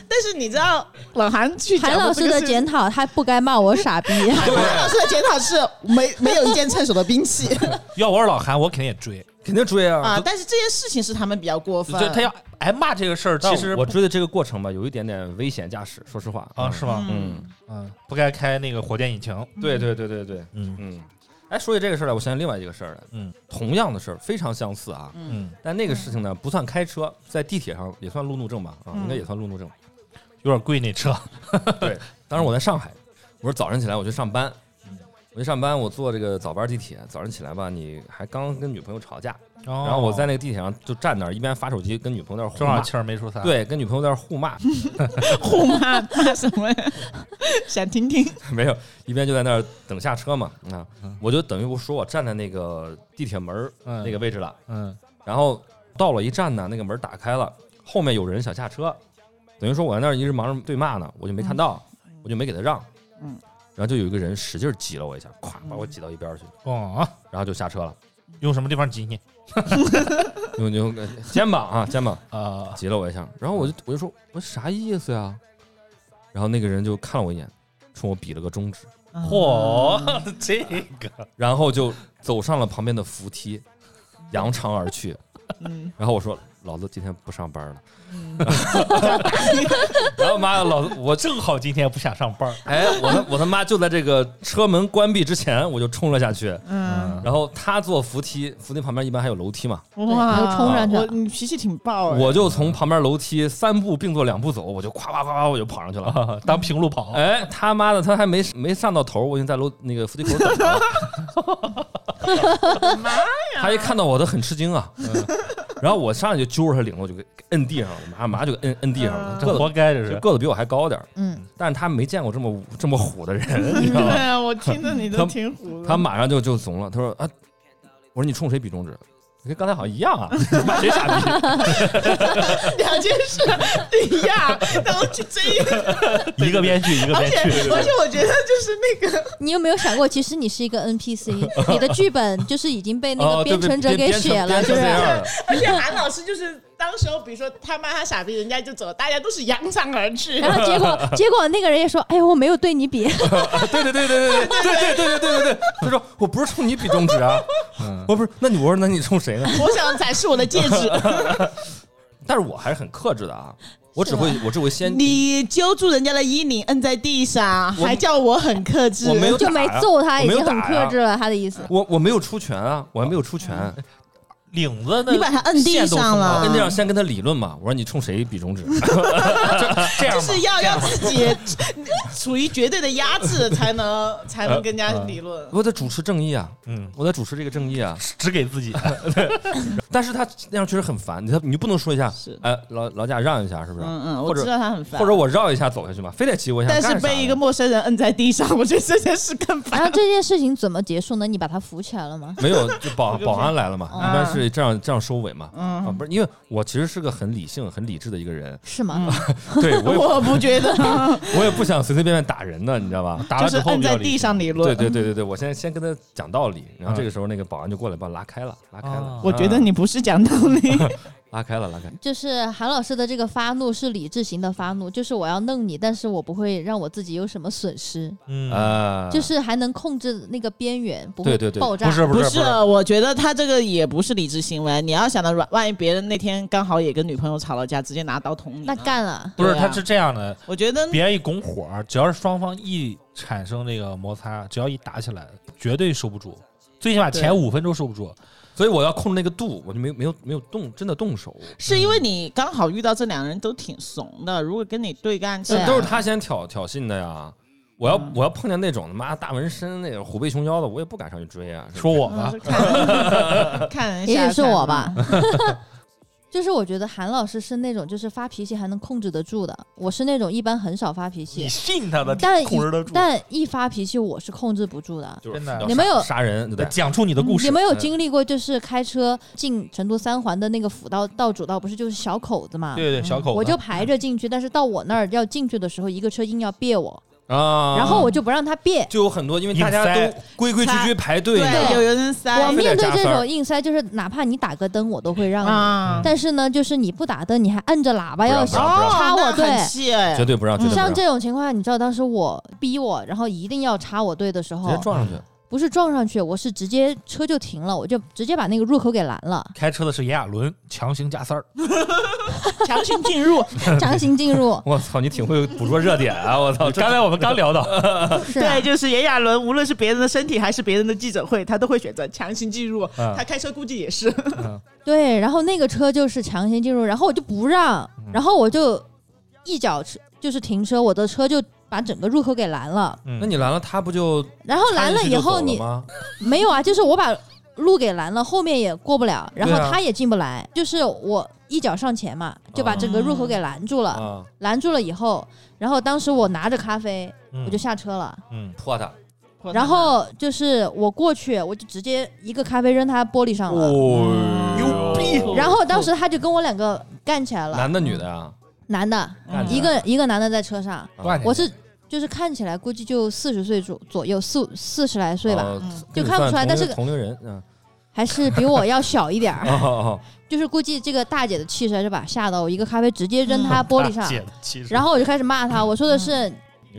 但是你知道老韩去讲 韩的老这师个的事检讨，他不该骂我傻 逼。 韩哎老师的检讨是没没有一件趁手的兵器要我是老韩，我肯定也追。肯定追啊啊！但是这件事情是他们比较过分，就他要挨骂这个事儿，但其实我不追的这个过程吧，有一点点危险驾驶，说实话啊，是吗？嗯，嗯，不该开那个火箭引擎。对对对对对，嗯嗯。哎，说起这个事儿来，我想起另外一个事儿来。嗯，同样的事儿，非常相似啊。嗯，嗯但那个事情呢，不算开车，在地铁上也算路怒症吧？啊，应该也算路怒 症。有点贵那 车。对，当时我在上海，我说早上起来我去上班，嗯我去上班，我坐这个早班地铁，早上起来吧，你还刚跟女朋友吵架，然哦然后我在那个地铁上就站那儿，一边发手机跟女朋友在那儿互哦正好骂，气儿没处撒。，对，跟女朋友在那儿互 骂， 互骂骂什么呀？想听听？没有，一边就在那儿等下车嘛。啊，我就等于我说我站在那个地铁门儿嗯那个位置了，嗯，然后到了一站呢，那个门打开了，后面有人想下车，等于说我在那儿一直忙着对骂呢，我就没看到，我就没给他让，嗯，然后就有一个人使劲挤了我一下，咵把我挤到一边去，哦，然后就下车了，用什么地方挤你？用用肩膀啊肩膀呃，挤了我一下，然后我就我就说我啥意思呀，然后那个人就看了我一眼，冲我比了个中指， 嚯，这个然后就走上了旁边的扶梯，扬长而去，嗯，然后我说老子今天不上班了， 然后妈的老子我我正好今天不想上班儿。哎，我他我他妈就在这个车门关闭之前，我就冲了下去。嗯，然后他坐扶梯，扶梯旁边一般还有楼梯嘛，对哇，又冲上去了我你脾气挺爆哎，我就从旁边楼梯三步并作两步走，我就咵咵咵咵我就跑上去了。啊当平路嗯跑， 哎，他妈的，他还没没上到头，我已经在楼那个扶梯口等了。妈呀！他一看到我，他很吃惊啊。 然后我上去就揪着他领子，我就给给摁地上了，马上马上就给摁摁地上了。这个活子该这。就是个子比我还高点儿，嗯，但是他没见过这么这么虎的人，你知道吗对？啊，我听着你他都挺虎的。他马上就就怂了，他说啊，我说你冲谁比中指？跟刚才好像一样 啊，骂谁傻逼？两件事一样，然后去追，一个编剧，一个而编且剧。而且我觉得就是那个你有没有想过，其实你是一个 NPC，你的剧本就是已经被那哦个对编程者编给编写了，编就成是这样了而且韩老师就是当时候，比如说他骂他傻逼，人家就走，大家都是扬长 而去。然后结果 结果那个人也说，哎呦，我没有对你比，对对对对对对对对对对对对对。他说我不是冲你比中 指啊，我不是，那你我说那你冲谁呢？我想展示我的戒指，但是我还是很克制的啊，我只是会我只会先，你揪住人家的衣领摁在地上，我还叫我很克制。我没 有就没打呀揍他，我已没有经很打呀克制了他的意 思。我我没有出拳啊，我还没有出拳，嗯领子的你把它摁地线都上松了跟这样先跟他理论嘛，我说你冲谁比 中指？这样就吧是要要自己 处于绝对的压制，才能才能跟人家 理论。我在主持正义啊，嗯，我在主持这个正义啊，只给自己。但是他那样确实很烦，你他你不能说一下，是，哎，老老贾让一下是不是？嗯嗯，或我者知道他很烦，或者我绕一下走下去嘛，非得挤我一下，但干是啥被呢一个陌生人摁在地上，我觉得这件事更然后烦。这件事情怎么结束呢？你把他扶起来了吗？没有就保 就是保安来了嘛，嗯一般是这样这样收尾嘛。啊，嗯，不是，因为我其实是个很理性、很理智的一个 人，是吗？对我也我不 觉得，我也不想随随便便打人的，你知道 吧？打就了是之后摁比较在理性地上理对论。对对对对，我先先跟他讲道理，然后这个时候那个保安就过来把我拉开了，拉开了啊。嗯哦我觉得啊你不是讲道 理，拉开了，拉开了。就是韩老师的这个发怒是理智型的发怒，就是我要弄你，但是我不会让我自己有什么损失，嗯，呃，就是还能控制那个边缘，不对会对对爆炸。不是不是是，我觉得他这个也不是理智行为。你要想到，万一别人那天刚好也跟女朋友吵了架，直接拿刀捅你呢，那干了，不是，对啊他是这样的，我觉得别人一拱火，只要是双方一产生这个摩擦，只要一打起来，绝对收不住，最起码前对五分钟收不住。所以我要控制那个度，我就没有没有没有动，真的动手，是嗯因为你刚好遇到这两个人都挺怂的，如果跟你对干起对来，啊都是他先挑挑衅的呀。我要嗯我要碰见那种他妈大纹身那个虎背熊腰的，我也不敢上去追啊。是不说是我吧嗯， 看看人也下许是山啊我嘛吧。就是我觉得韩老师是那种就是发脾气还能控制得住的，我是那种一般很少发脾气，信他的嗯但一但一发脾气我是控制不住的。就是真的要你杀们有杀人，对不对？讲出你的故事你。们有嗯经历过就是开车进成都三环的那个辅道道主道，不是就是小口子嘛？对对，小口子，我就排着进去，但是到我那儿要进去的时候，一个车硬要别我，啊，然后我就不让他别。就有很多，因为大硬家塞，都规规矩矩排队，你知道吗对，有有人塞我非得面对啊加这塞儿种硬塞，就是哪怕你打个灯，我都会让你。啊，但是呢，就是你不打灯，你还按着喇叭不让要不让哦插我那队很。气哎绝，对不让，绝对不让，嗯像直这种情况下，你知道当时我逼我，然后一定要插我队的时候接，撞上去。。不是撞上去，我是直接车就停了，我就直接把那个入口给拦了开车的是炎亚纶，强行加塞儿。强行进入，强行进入 我操，你挺会捕捉热点啊！我操，刚才我们 刚聊到， 是啊对，就是炎亚纶，无论是别人的身体还是别人的记者会，他都会选择强行进啊入，嗯他开车估计也是，对，然后那个车就是强行进入，然后我就不让，嗯然后我就一脚车就是停车，我的车就把整个入口给拦了。嗯那你拦了他不就然后拦了以后你，没有啊，就是我把路给拦了，后面也过不了，然后对啊他也进不来，就是我一脚上前嘛，就把整个入口给拦住了。啊拦住了以后，然后当时我拿着咖啡，嗯我就下车了。嗯，泼他？然后就是我过去，我就直接一个咖啡扔他玻璃上了。哦牛逼！然后当时他就跟我两个干起来了，男的嗯女的呀？男的嗯干起来一个一个男的在车上，啊多少钱我是就是看起来估计就四十岁左左右，四四十来岁吧，哦嗯就看不出来跟但你算是个啊同龄同龄人，嗯，还是比我要小一点儿。哦哦就是估计这个大姐的气势还是把吓到我，一个咖啡直接扔嗯他玻璃上，然后我就开始骂他，我说的是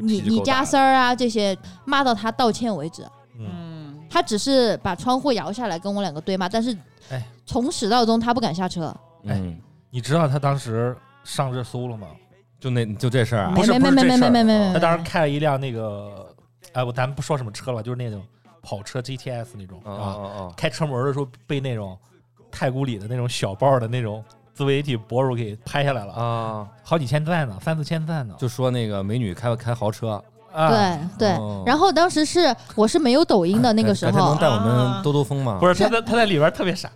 你你加塞儿啊这些，骂到他道歉为止。嗯，嗯，他只是把窗户摇下来跟我两个对骂，但是哎从始到终他不敢下车。嗯，你知道他当时上热搜了吗？就那就这事儿啊不，是没没不是没这没事没儿没没没，他当时开了一辆那个，哎，我咱们不说什么车了，就是那种跑车 GTS 那种哦啊，哦开车门的时候被那种太古里的那种小报的那种自媒体博主给拍下来了哦啊，啊，好几千赞呢，三四千赞呢，就说那个美女开开豪车，啊，对对哦。哎然后当时是我是没有抖音的那个时改天能候，带我们兜兜风吗？不是他在他在里边特别傻，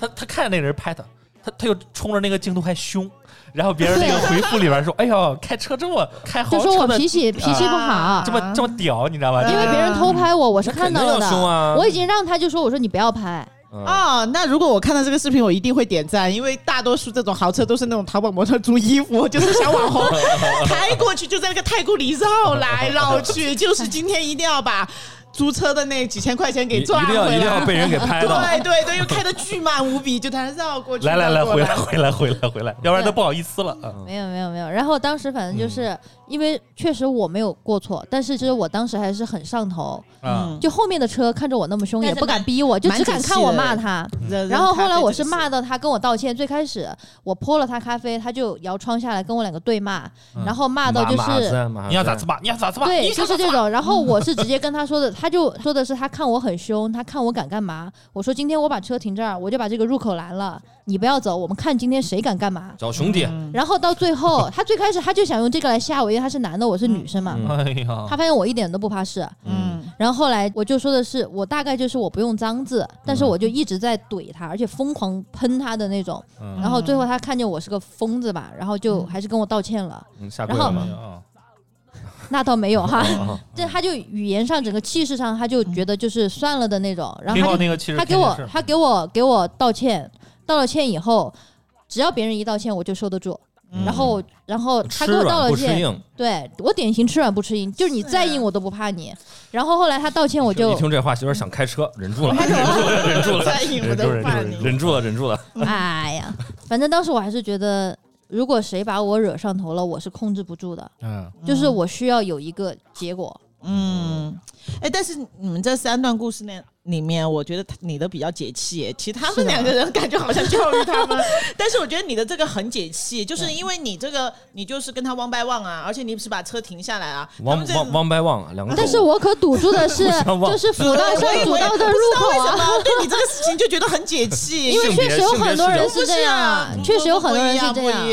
他他看着那个人拍他。他他又冲着那个镜头还凶，然后别人那个回复里边说：“哎呦，开车这么开豪就说车我的脾气脾气不好这，么这么屌，你知道吧？啊因为别人偷拍我，我是那肯看定到了要凶的。啊！我已经让他就说我说你不要拍，嗯哦，那如果我看到这个视频，我一定会点赞，因为大多数这种豪车都是那种淘宝模特租衣服，就是小网红开过去，就在那个太古里绕来绕去，就是今天一定要把租车的那几千块钱一给一赚定回要来。一定要被人给拍到。对对对，又开的巨慢无比，就在那绕过 去。来来来，绕过回来回来回来回来，要不然对嗯都不好意思了。啊没有没有没有。然后当时反正就是因为确实我没有过错，但是其实我当时还是很上头，嗯，就后面的车看着我那么凶，但也是不蛮敢逼我，就蛮只敢解看气我的骂他。嗯然后后来我是骂到他跟我道歉，最开始我泼了他咖啡，他就摇窗下来跟我两个对骂，嗯然后骂到就马马是。子马你要咋子子吧？你要咋子吧？嗯对， 你就想是咋这子吧种。然后我是直接跟他说的，他就说的是他看我很凶，他看我敢干嘛？我说今天我把车停这儿，我就把这个入口拦了，你不要走，我们看今天谁敢干嘛。找兄弟，然后到最后，他最开始他就想用这个来吓我，因为他是男的，我是女生嘛。嗯哎呀，他发现我一点都不怕事，嗯然后后来我就说的是，我大概就是我不用脏字，但嗯是我就一直在怼他，而且疯狂喷他的那种。嗯然后最后他看见我是个疯子吧，然后就还是跟我道歉了。嗯下跪然了后哎吗？那倒没有哈，嗯哦 这他就语言上整个气势上他就觉得就是算了的那种，然后听他后就那个其实他给我啊他给我给我道歉，道了歉以后，只要别人一道歉我就收得住，嗯然后然后他嗯吃给我道软了不吃歉，硬，对我典型吃软不吃硬，就是你是再啊硬我都不怕你。然后后来他道歉我一就听这话，媳妇儿想开车，忍 住了，忍住了，再硬我忍都住忍住骂忍你。忍住了，忍住了。哎呀，反正当时我还是觉得，如果谁把我惹上头了，我是控制不住的，嗯，就是我需要有一个结果。嗯，哎，但是你们这三段故事呢里面，我觉得他你的比较解气，其他是们的两个人感觉好像教育他 们，但是我觉得你的这个很解气，就是因为你这个你就是跟他 one by one 啊，而且你是把车停下来啊，他汪们这汪汪白旺啊，两嗯个但是狗我可堵住的 是想，忘就是辅道上主道的入不知道口为什啊，么对你这个事情就觉得很解气，因为性别确实有性别很多视角人不是是这啊样，，确实有很多人是不这一样不一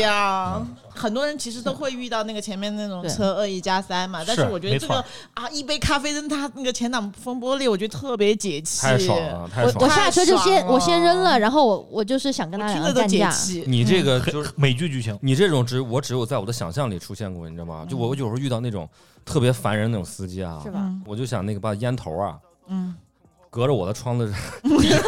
样。嗯样。很多人其实都会遇到那个前面那种对车二一加三嘛，但是是我觉得没这错个啊，一杯咖啡扔他那个前挡风玻璃，我觉得特别解气，太爽了，太我爽我了。下车就太先爽了我先扔了，然后我我就是想我跟他听两个着都干解架。气。你嗯这个就是美剧剧情，你这种只我只有在我的想象里出现过，你知道吗？就我有时候遇到那种特别烦人那种司机啊是，吧嗯我就想那个把烟头啊嗯，隔着我的窗子扔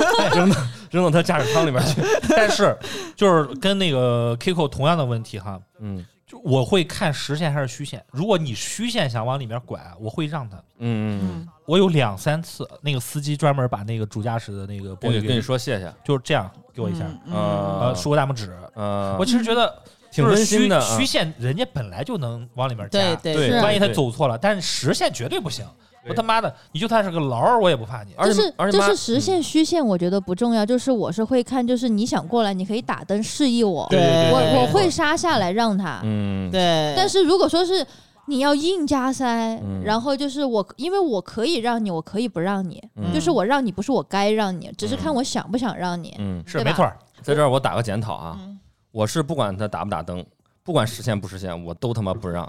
到扔到他驾驶舱里边 去。但是就是跟那个 Kiko 同样的问题哈，嗯就我会看实线还是虚线。如果你虚线想往里面拐，我会让他。嗯嗯，嗯我有两三次，那个司机专门把那个主驾驶的那个玻我璃得给跟你，说谢谢，就是这样给我一下，嗯啊呃，竖个大拇指。呃，我其实觉得挺温馨的就是啊虚虚。线人家本来就能往里面对加，对对，嗯是万一他对，走错了，但是实线绝对不行。对我他妈的，你就算是个劳儿，我也不怕你。而就且是而且就妈是实嗯现虚线，我觉得不重要，就是我是会看，就是你想过来，你可以打灯示意我，对对我对我会刹下来让他。嗯，对，但是如果说是你要硬加塞，嗯然后就是我，因为我可以让你，我可以不让你，嗯就是我让你不是我该让你，只是嗯看我想不想让你。嗯，是对吧没错儿，在这儿我打个检讨啊，嗯我是不管他打不打灯，不管实现不实现，我都他妈不让。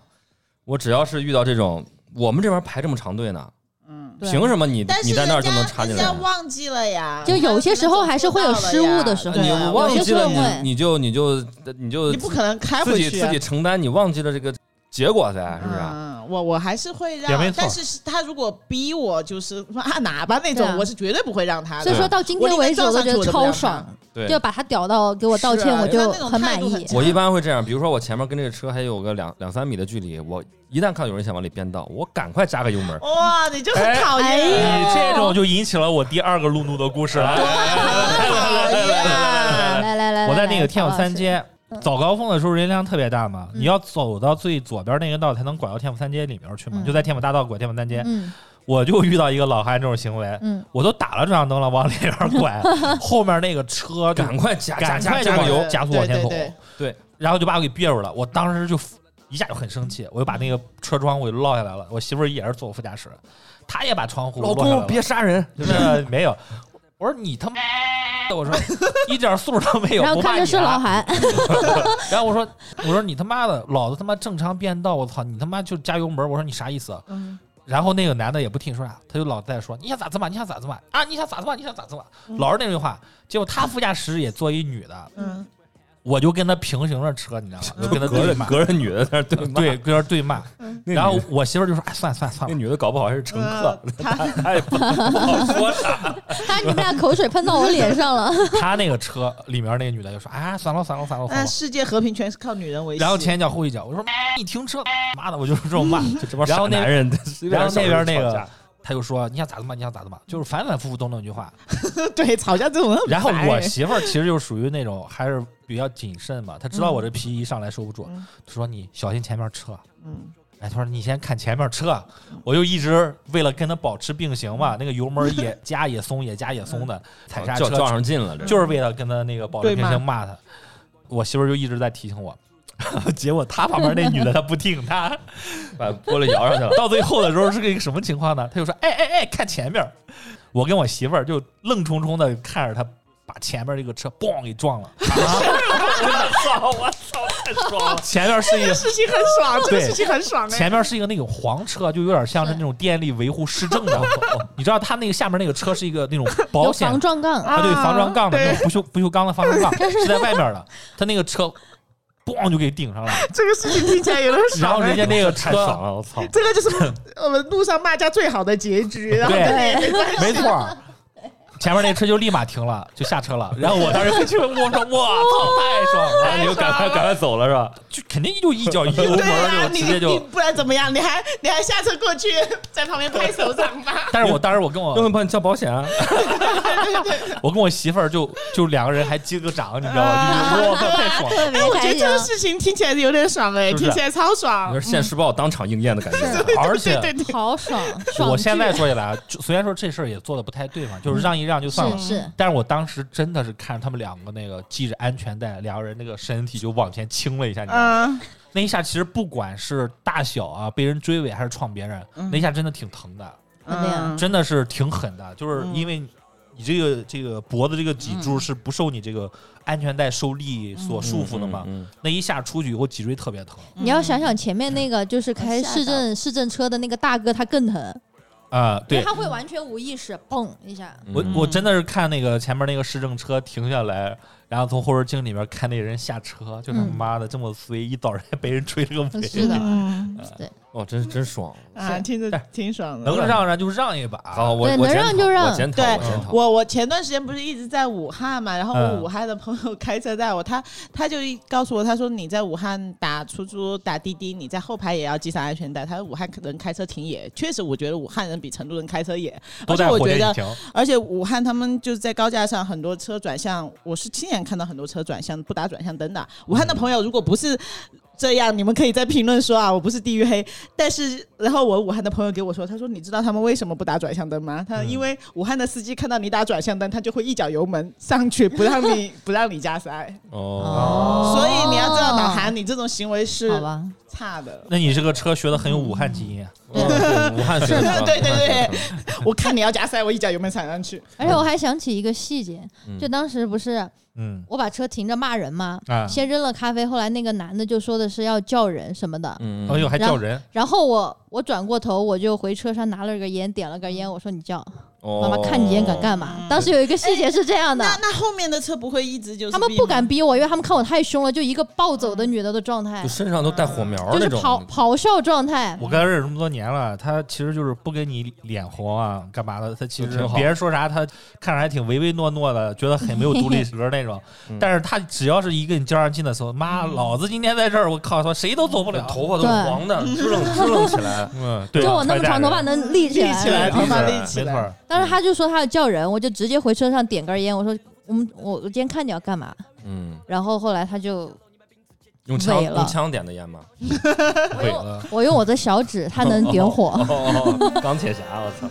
我只要是遇到这种，我们这边排这么长队呢，嗯，对凭什么你但是你在那儿人就家能插进人家来？忘记了呀，就有些时候还是会有失误的时候对你啊有忘些记时了候会你你就你就你就你不可能开自回己去啊自己承担，你忘记了这个结果噻，是不是？啊嗯，我我还是会也让没，错但是是他如果逼我就是按喇叭那对种，啊我是绝啊对不会让他的。嗯所以说到今天为止，我我宁都愿觉撞上去得超我都爽，对，就把他屌到给我道是歉，啊我就人家那种很满态度很意。强我一般会这样，比如说我前面跟这个车还有个两两三米的距离，我一旦看到有人想往里变道，我赶快加个油门。哇，你就很讨哎厌，呀你这种就引起了我第二个路怒的故事了。哎哎很啊 讨厌。来来来，我在来那个天曹府老三师街嗯早高峰的时候人流量特别大嘛，哎嗯你要走到最左边那个道才能拐到天府三街里面去嘛，嗯就在天府大道拐天府三街。嗯我就遇到一个老汉这种行为，嗯，我都打了转向灯了，往里边 拐，后面那个车就赶快加加赶加快就加个往油！加速往前走对对，然后就把我给憋住了。我当时就一下就很生气，我就把那个车窗我就落下来了。我媳妇儿也是坐我副驾驶，她也把窗户老落下来公了别杀人，就是没有。我说你他妈 的，我说一点素质都没有，然后不怕看你着是老啊。韩， 然后我说我说你他妈的，老子他妈正常变道，我操你他妈就加油门，我说你啥意思啊？嗯然后那个男的也不听说啥，他就老在说你想咋子嘛，你想咋子嘛啊，你想咋子嘛，你想咋子嘛，嗯老是那句话。结果他副驾驶也坐一女的，嗯，我就跟他平行着车，你知道吗？就跟他隔对着骂，隔着女的在那儿对骂对，跟他对骂。那然后女我媳妇儿就说：“哎，算了算了 算那了，女的搞不好是乘呃 客，嗯他她也不不好说啥。他你们俩口水喷到我脸上了。他那个车里面那个女的就说：‘哎，算了算了算了算那了。世界和平哎全是哎靠女人维系。然后前一脚后一脚，我说：‘哎你停车！’妈的，我就是这种骂。就这帮然傻后那男 人，然后那边那个吵架他就说：‘你想咋子嘛，你想咋子嘛。’就是反反复复都那句 话。对吵架这种人很然后烦哎我人媳妇儿其实就属于那种还是比较谨慎嘛，她知道我这脾气一上来收不住，嗯她说你小心前面车。嗯哎，他说你先看前面车，我就一直为了跟他保持并行嘛，那个油门也 加也松，也加也松嗯的，踩刹较较车哦上劲了，这就是为了跟他那个保持对并骂行骂他。我媳妇儿就一直在提醒我，结果他旁边那女的她不听，她把玻璃摇上去了。到最后的时候是个一个什么情况呢？她就说：“哎哎哎，看前面儿！”我跟我媳妇儿就愣冲冲的看着她把前面这个车咣给撞了。操！我操！太爽了！前面是一个事情很 爽，这个对事情很爽哎。前面是一个那种黄车，就有点像是那种电力维护市政的。你知道他那个下面那个车是一个那种保有险防撞杠，啊，对，防撞杠的对那种不锈不锈钢的防撞 杠是在外面的，他那个车咣就给顶 上了，这个事情听起来有点 然爽后人哎。家 那 个太爽车，了！我操！这个就是我们路上骂架最好的结 局。然后对，对，没错儿。前面那车就立马停了，就下车了。然后我当时回去，我说：“我操，太爽了！”然后你就赶快赶快走了是吧？就肯定就一 脚一 油门对啊儿，就你直接你就。不然怎么样？你还你还下车过去，在旁边拍手掌 吧。但是我当时我跟我用帮你叫保险啊！我跟我媳妇儿就就两个人还击个掌，你知道吗？就是我操，太爽了！特别哎，我觉开得心啊这。个事情听起来有点爽哎，是不是听起来超啊有爽点。现世报当场应验的感 觉。 对而且对对对，好爽！爽我现在剧说起来啊，就虽然说这事儿也做的不太对嘛，就是让一让就算了是。是，但是我当时真的是看着他们两个那个系着安全带，两个人那个身体就往前倾了一下，你知道吗？嗯，那一下其实不管是大小啊，被人追尾还是撞别人，嗯那一下真的挺疼的，怎么样嗯真的是挺狠的，就是因为你这个这个脖子这个脊柱是不受你这个安全带受力所束缚的嘛，嗯，那一下出去以后脊椎特别疼你要想想前面那个就是开吓市到政市政车的那个大哥，他更疼，啊、因对为。他会完全无意识，砰一下，嗯我我真的是看那个前面那个市政车停下来，然后从后视镜里面看那人下车，就是嗯妈的这么衰，一早上还被人追了个尾，是的嗯哦，真真爽！啊啊，听着挺爽的。哎能让让就让一把。好，我对我能检让讨就让我检讨，对我检讨。我我前段时间不是一直在武汉嘛，然后我嗯武汉的朋友开车带我，他他就一告诉我，他说你在武汉打出租、打滴滴，你在后排也要系上安全带。他说武汉人开车挺野，确实我觉得武汉人比成都人开车野，都而且在我火觉车得一停，而且武汉他们就是在高架上很多车转向，我是亲眼看到很多车转向不打转向灯的。武汉的朋友如果不是这样，你们可以在评论说啊，我不是地域黑。但是然后我武汉的朋友给我说，他说你知道他们为什么不打转向嗯灯吗？他说因为武汉的司机看到你打转向灯，他就会一脚油门上去，不让你不让你加塞。啊哦，所以你要知道，老韩，你这种行为是好吧？差的。那你这个车学的很有武汉基因啊。哦武汉学的，对对武对汉学的我看你要加塞，我一脚油门踩上去。而且我还想起一个细节，嗯就当时不是嗯我把车停着骂人嘛，啊，先扔了咖啡，后来那个男的就说的是要叫人什么的，嗯，哎嗯呦还叫人，然后我我转过头我就回车上拿了个烟，点了根烟，我说你叫妈哦妈看你烟敢干嘛？当时有一个细节是这样的。啊那那后面的车不会一直就是他们闭不吗敢逼我，因为他们看我太凶了，就一个暴走的女的的状态就，身上都带火苗就是那种，咆咆哮状态。我跟他认识这么多年了，他其实就是不跟你脸红啊，干嘛的？他其就实挺好别人说啥，他看着还挺唯唯诺诺的，觉得很没有独立格那 种嗯。但是他只要是一跟你较上劲的时候，妈，老子今天在这儿，我靠，说谁都走不了。头发都是黄的，支棱支棱起 来。嗯，对啊，就我那么长穿头发戴着，能立起立来，起来，头发立起立来起没来错。儿。当时他就说他要叫人，我就直接回车上点根烟，我说我们我我今天看你要干嘛。嗯，然后后来他就用枪萎了用枪点的烟吗？毁了。我用我的小指，他嗯能点火。哦哦，哦钢铁侠，我操，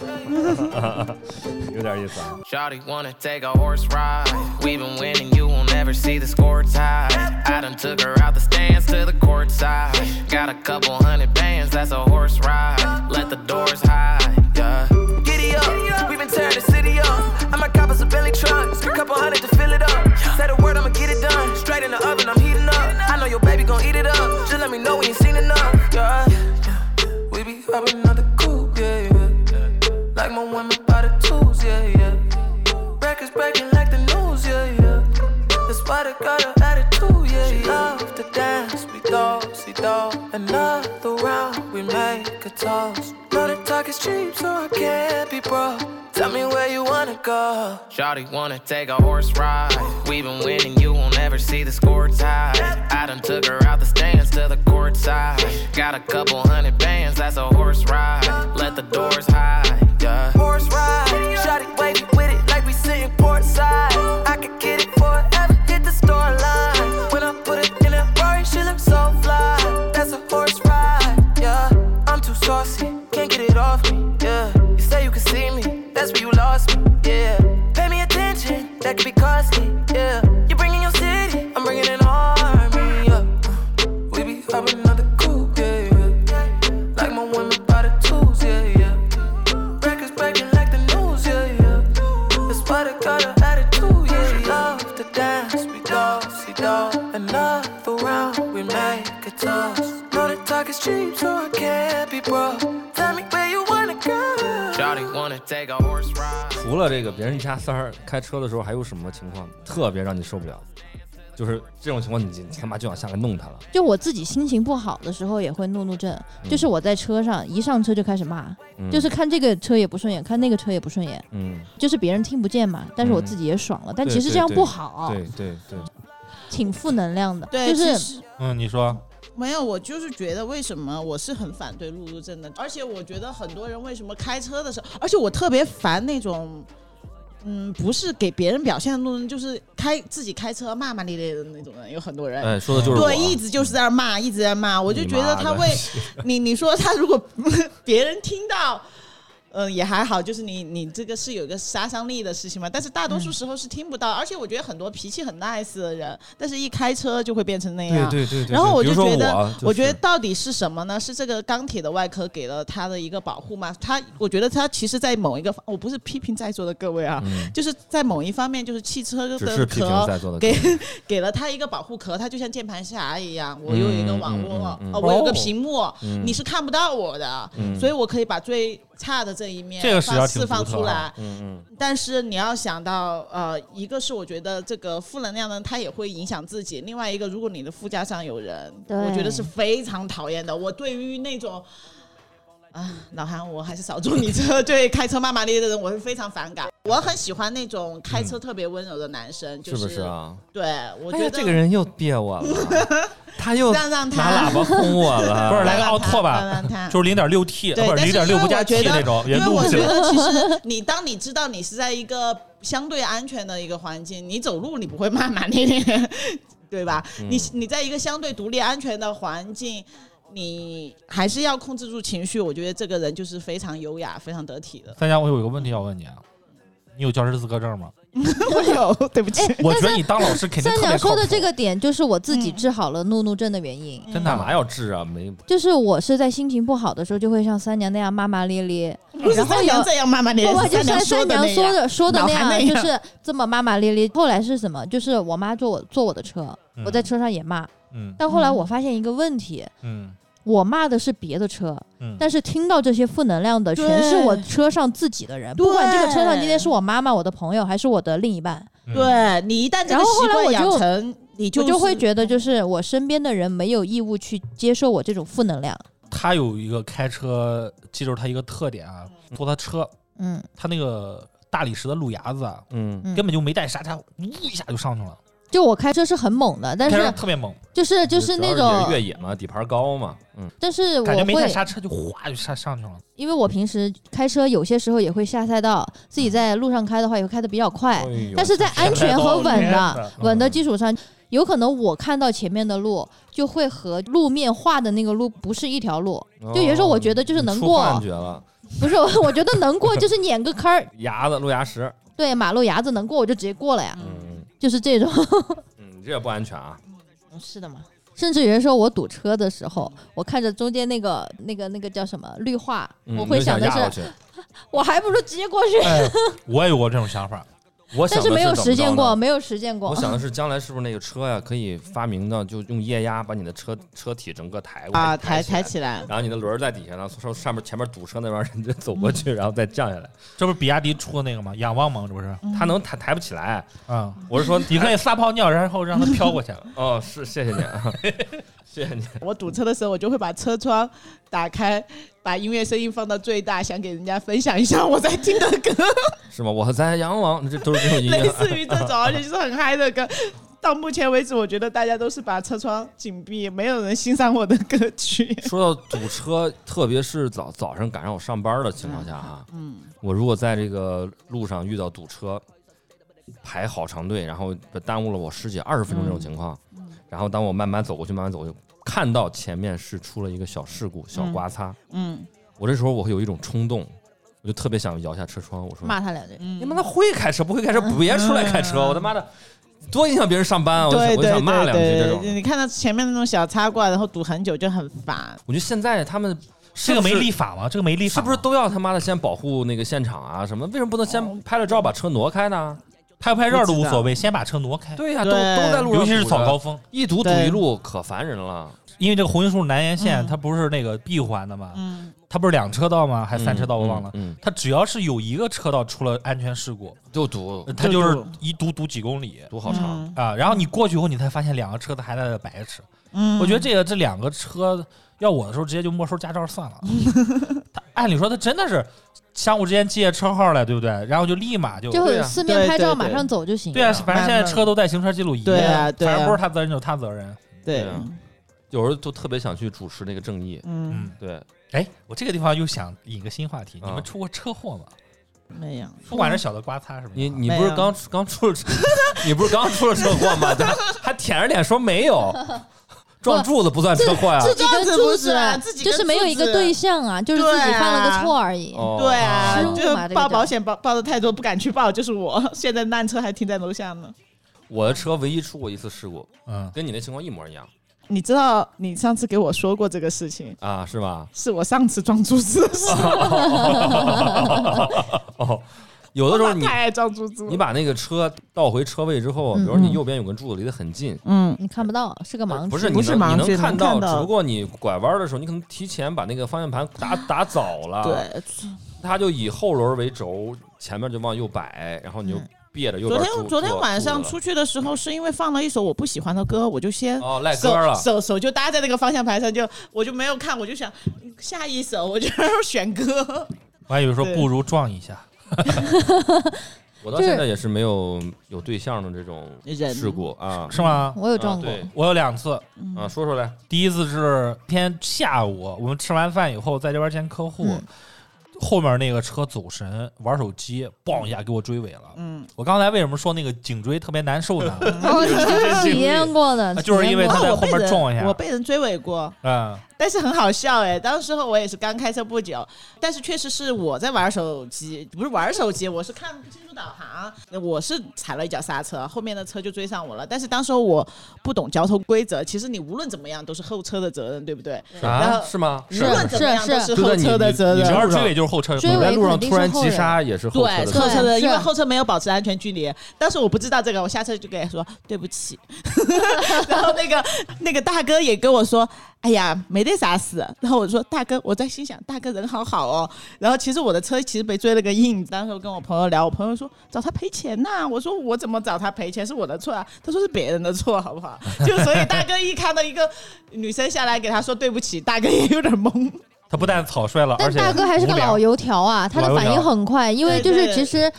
有点意思啊。 Shawty wanna take a horse ride. We've been winning, you will never see the score tied. I done took her out the stands to the court side. Got a couple hundred bands, that's a horse ride. Let the doors hide. Yeah. Giddy up, we been tearing the city up. I might cop us a Bentley truck, a couple hundred to fill it up. Say the word, I'ma get it done. Straight in the oven, I'm heating up. I know your baby gon' eat it up. Just let me know when you seen enough. Yeah, yeah. we be popping another coupe, yeah, yeah. Like my women by the twos, yeah, yeah. Records breaking like the news, yeah, yeah. That's why they got her attitude, yeah, yeah. She love to dance, we thought, she thought. Another round, we make a toast. Know the talk is cheap, so I can't be broke. Tell me where you wanna go. Shawty wanna take a horse ride. We've been winning, you will never see the score tied. I done took her out the stands to the court side. Got a couple hundred bands, that's a horse ride. Let the doors hide. Yeah. Horse ride, shawty wavy with it like we sitting portside. I could get it forever, hit the store line. When I put it in that Rari, she looks so fly. That's a horse ride, yeah. But I got an attitude, yeah. She love to dance, we go, see dog. Another round, we make a toast. Know the talk is cheap, so I can't be broke. Tell me where you wanna go. Shawty wanna take a horse ride. 除了这个别人家三儿开车的时候，还有什么情况特别让你受不了？就是这种情况你，你你他妈就想下来弄他了。就我自己心情不好的时候也会怒怒症，就是我在车上一上车就开始骂，嗯就是看这个车也不顺眼，看那个车也不顺眼，嗯，就是别人听不见嘛，但是我自己也爽了。但其实这样不哦好，对对对，挺负能量的。对，就其是实嗯，你说没有，我就是觉得为什么我是很反对路怒症的，而且我觉得很多人为什么开车的时候，而且我特别烦那种。嗯，不是给别人表现的路怒，就是开自己开车骂骂咧咧的那种人，有很多人。哎，说的就是我呃对，一直就是在那儿骂，一直在骂，我就觉得他为你，你说他如果 别人听到，呃，也还好，就是你你这个是有一个杀伤力的事情嘛。但是大嗯多数时候是听不到，而且我觉得很多脾气很 nice 的人，但是一开车就会变成那样。对对对对然后我比就如说觉得，我啊就是觉得到底是什么呢？是这个钢铁的外壳给了他的一个保护吗？他，我觉得他其实，在某一个方，我不是批评在座的各位啊，就是在某一方面，就是汽车嗯只是的批评壳在座的各给位 给了他一个保护壳，他就像键盘侠一样，我有一个网络，嗯嗯嗯嗯嗯呃，我有哦个屏幕，你是看不到我的，所以我可以把最差的这一面这个是要放挺释放独特啊出的来，嗯但是你要想到，呃，一个是我觉得这个负能量呢，它也会影响自己；，另外一个，如果你的副驾上有人，对我觉得是非常讨厌的。我对于那种。啊，老韩，我还是少坐你车。对，开车骂骂咧咧的人，我是非常反感。我很喜欢那种开车特别温柔的男生，就是嗯不是？啊？对，我哎觉呀得、，这个人又憋我了，他又让让他拿喇叭轰我 了，不是来让个他奥拓让吧 让他，就是零点六 T 对，或者但零是点六因为不加我 T 觉得那种，也因为录我不起觉来。得其实你当你知道你是在一个相对安全的一个环境，你走路你不会骂骂咧咧，对吧？你你在一个相对独立安全的环境。你还是要控制住情绪，我觉得这个人就是非常优雅、非常得体 。的三峡，我有一个问题要问你啊，你有教师资格证吗？我有，对 不起，我觉得你当老师肯定哎三特别娘靠说谱的。这个嗯点，就是我自嗯己治好了怒怒症的原因。真干嘛要治啊？没就是我是在心情不好的时候，就会像三娘那样骂骂咧 咧，不是然后三娘有这样骂骂咧不咧，不，是就三娘是说三的娘那说样。的说的脑那含那就样是这么骂骂咧咧。后来是什么？就是我妈坐我坐我的车，我在车上也骂，嗯但后来我发现一个问题，嗯我骂的是别的车，嗯，但是听到这些负能量的全是我对车上自己的人，对不管这个车上今天是我妈妈、我的朋友还是我的另一半，嗯，对你一旦这然个后习后来惯我就养成，你我就会是嗯觉得就是我身边的人没有义务去接受我这种负能量。他有一个开车，记住他一个特点啊，坐他车，嗯，他那个大理石的路牙子啊，嗯嗯根本就没带刹车，呜一下就上去了，就我开车是很猛的，但开车是特别猛，就是就是那嗯主要也是种，越野嘛，底盘高嘛，嗯，但是我感觉没带会刹车就哗就上上 去了。因为我平时开车有些时候也会下赛道，自嗯己在路上开的话也会开的比较快，哎呦但是在安全和稳天的哪稳嗯的基础上，有可能我看到前面的路就会和路面画的那个路不是一条路，就有时候我觉得就是能出过幻，觉了，不是 我觉得能过就是碾个坑儿，牙子露牙石，对马路牙子能过我就直接过了呀，嗯就是这种， 嗯，这也不安全啊，是的嘛。甚至有些时候我堵车的时候，我看着中间那个那个那个叫什么绿化，嗯我会你就想着压过是去，我还不如直接过去，哎， 我也有过这种想法，我想但的是没有怎么实践着呢过，没有实践过我。想的是，将来是不是那个车呀，可以发明到就用液压把你的车车体整个抬过啊，抬抬抬来，起来，然后你的轮儿在底下，然后从上面前面堵车那边儿人就走过去，嗯然后再降下来，这不是比亚迪出的那个吗？仰望盟这不是？嗯它能抬抬不起来。啊，我是说，你可以撒泡尿，然后让它飘过去了。哦，是谢谢你，啊，谢谢你。我堵车的时候，我就会把车窗打开，把音乐声音放到最大，想给人家分享一下我在听的歌， 是吗？我在羊王，这都是这种音类乐。啊似于这种，而且就是很嗨的歌。到目前为止，我觉得大家都是把车窗紧闭，没有人欣赏我的歌曲。说到堵车，特别是早早上赶上我上班的情况下哈，嗯，我如果在这个路上遇到堵车，排好长队，然后耽误了我十几二十分钟这种情况，然后当我慢慢走过去，慢慢走过去，看到前面是出了一个小事故，小刮擦，嗯我这时候我会有一种冲动，我就特别想摇下车窗，我说骂他两句，嗯你妈的会开车不会开车别出来开车，我他妈的多影响别人上班啊！我就想我对就对想骂对两句这对种。对，你看到前面那种小插挂，然后堵很久就很烦。我觉得现在他们这个没是不是立法吗？这个没立法是吗，不是都要他妈的先保护那个现场啊？什么？为什么不能哦先拍了照把车挪开呢？拍不拍照都无不知所道谓，先把车挪开，对呀、都对都在路上堵着，尤其是早高峰，一堵堵对一路，可烦人了。因为这个红杏树南延线嗯它不是那个闭环的嘛，嗯，它不是两车道吗？还是三车道我忘了。嗯，嗯它只要是有一个车道出了安全事故，嗯就堵它就就是堵一堵堵几公里堵好长。嗯啊。然后你过去以后，你才发现两个车子还在那白痴。嗯，我觉得这个这两个车要我的时候，直接就没收驾照算 了。他按理说他真的是相互之间借车号了，对不对？然后就立马就就对啊四面对拍对照，对马上走就行。对啊，反正现在车都带行车记录仪，对啊对啊反正不是他责任就是他责任。对对，啊有时候就特别想去主持那个正义。嗯，嗯，对，哎，我这个地方又想引个新话题，啊你们出过车祸吗？嗯没有，哦不管是小的刮擦什么的，你你没不是有刚出刚出了车， 你不是刚出了车祸吗？咱还舔着脸说没 有，撞柱子不算车祸呀、自己跟这样子柱不子是啊自己就跟是没有一个柱子对象啊，就是自己对啊犯了个错而已。哦，对啊失误，就嘛这个报叫保险报报的太多，不敢去报，就是我现在烂车还停在楼下呢。我的车唯一出过一次事故，嗯，跟你那情况一模一样你知道你上次给我说过这个事情，啊，是吧？是我上次撞柱子的时候，哦，有的时候你太爱撞柱子了。你把那个车倒回车位之后，比如说你右边有根柱子离得很近，嗯，你看不到，是个盲不是区你不嗯是能盲你能区看能看到只不过你拐弯的时候，你可能提前把那个方向盘打打早了，，啊对，它就以后轮为轴，前面就往右摆，然后你就嗯别着右昨边天柱。昨天柱子晚上了出去的时候，是因为放了一首我不喜欢的歌，我就先哦赖手歌了，手手就搭在那个方向盘上，就我就没有看，我就想下一首，我就 选歌。我还以为说对不如撞一下，嗯我到就是现在也是没有有对象的这种人事故啊是吗？我有撞啊过，对我有两次，嗯啊，说说来，第一次是天下午，我们吃完饭以后在这边见客户，嗯后面那个车走神玩手机，嘣一下给我追尾了。嗯，我刚才为什么说那个颈椎特别难受呢？哦，你这 是体验过的， 就是因为他体验过在后面撞一下我被人追尾过，嗯，但是很好笑哎、当时候我也是刚开车不久，但是确实是我在玩手机，不是玩手机，我是看不清楚导航，我是踩了一脚刹车，后面的车就追上我了。但是当时候我不懂交通规则，其实你无论怎么样都是后车的责任，对不对？然啊，后是吗？无论怎么样都是是就在后你车的责你只你要任。是追尾就是后车。追尾你在路上肯定突然是后急人刹也是后车对，的车后的责车任，责任的，是因为后车没有保持安全距离。当时我不知道这个，我下车就给他说对不起。 然后那个那个大哥也跟我说，哎呀，没得啥事。然后我说大哥，我在心想大哥人好好哦。然后其实我的车其实被追了个硬。当时我跟我朋友聊，我朋友说找他赔钱呐、我说我怎么找他赔钱是我的错啊？他说是别人的错，好不好？ 就所以大哥一看到一个女生下来给他说对不起，大哥也有点懵。他不但草率了，而但且大哥还是个无聊老油条啊，他的反应很快，因为就是对其实。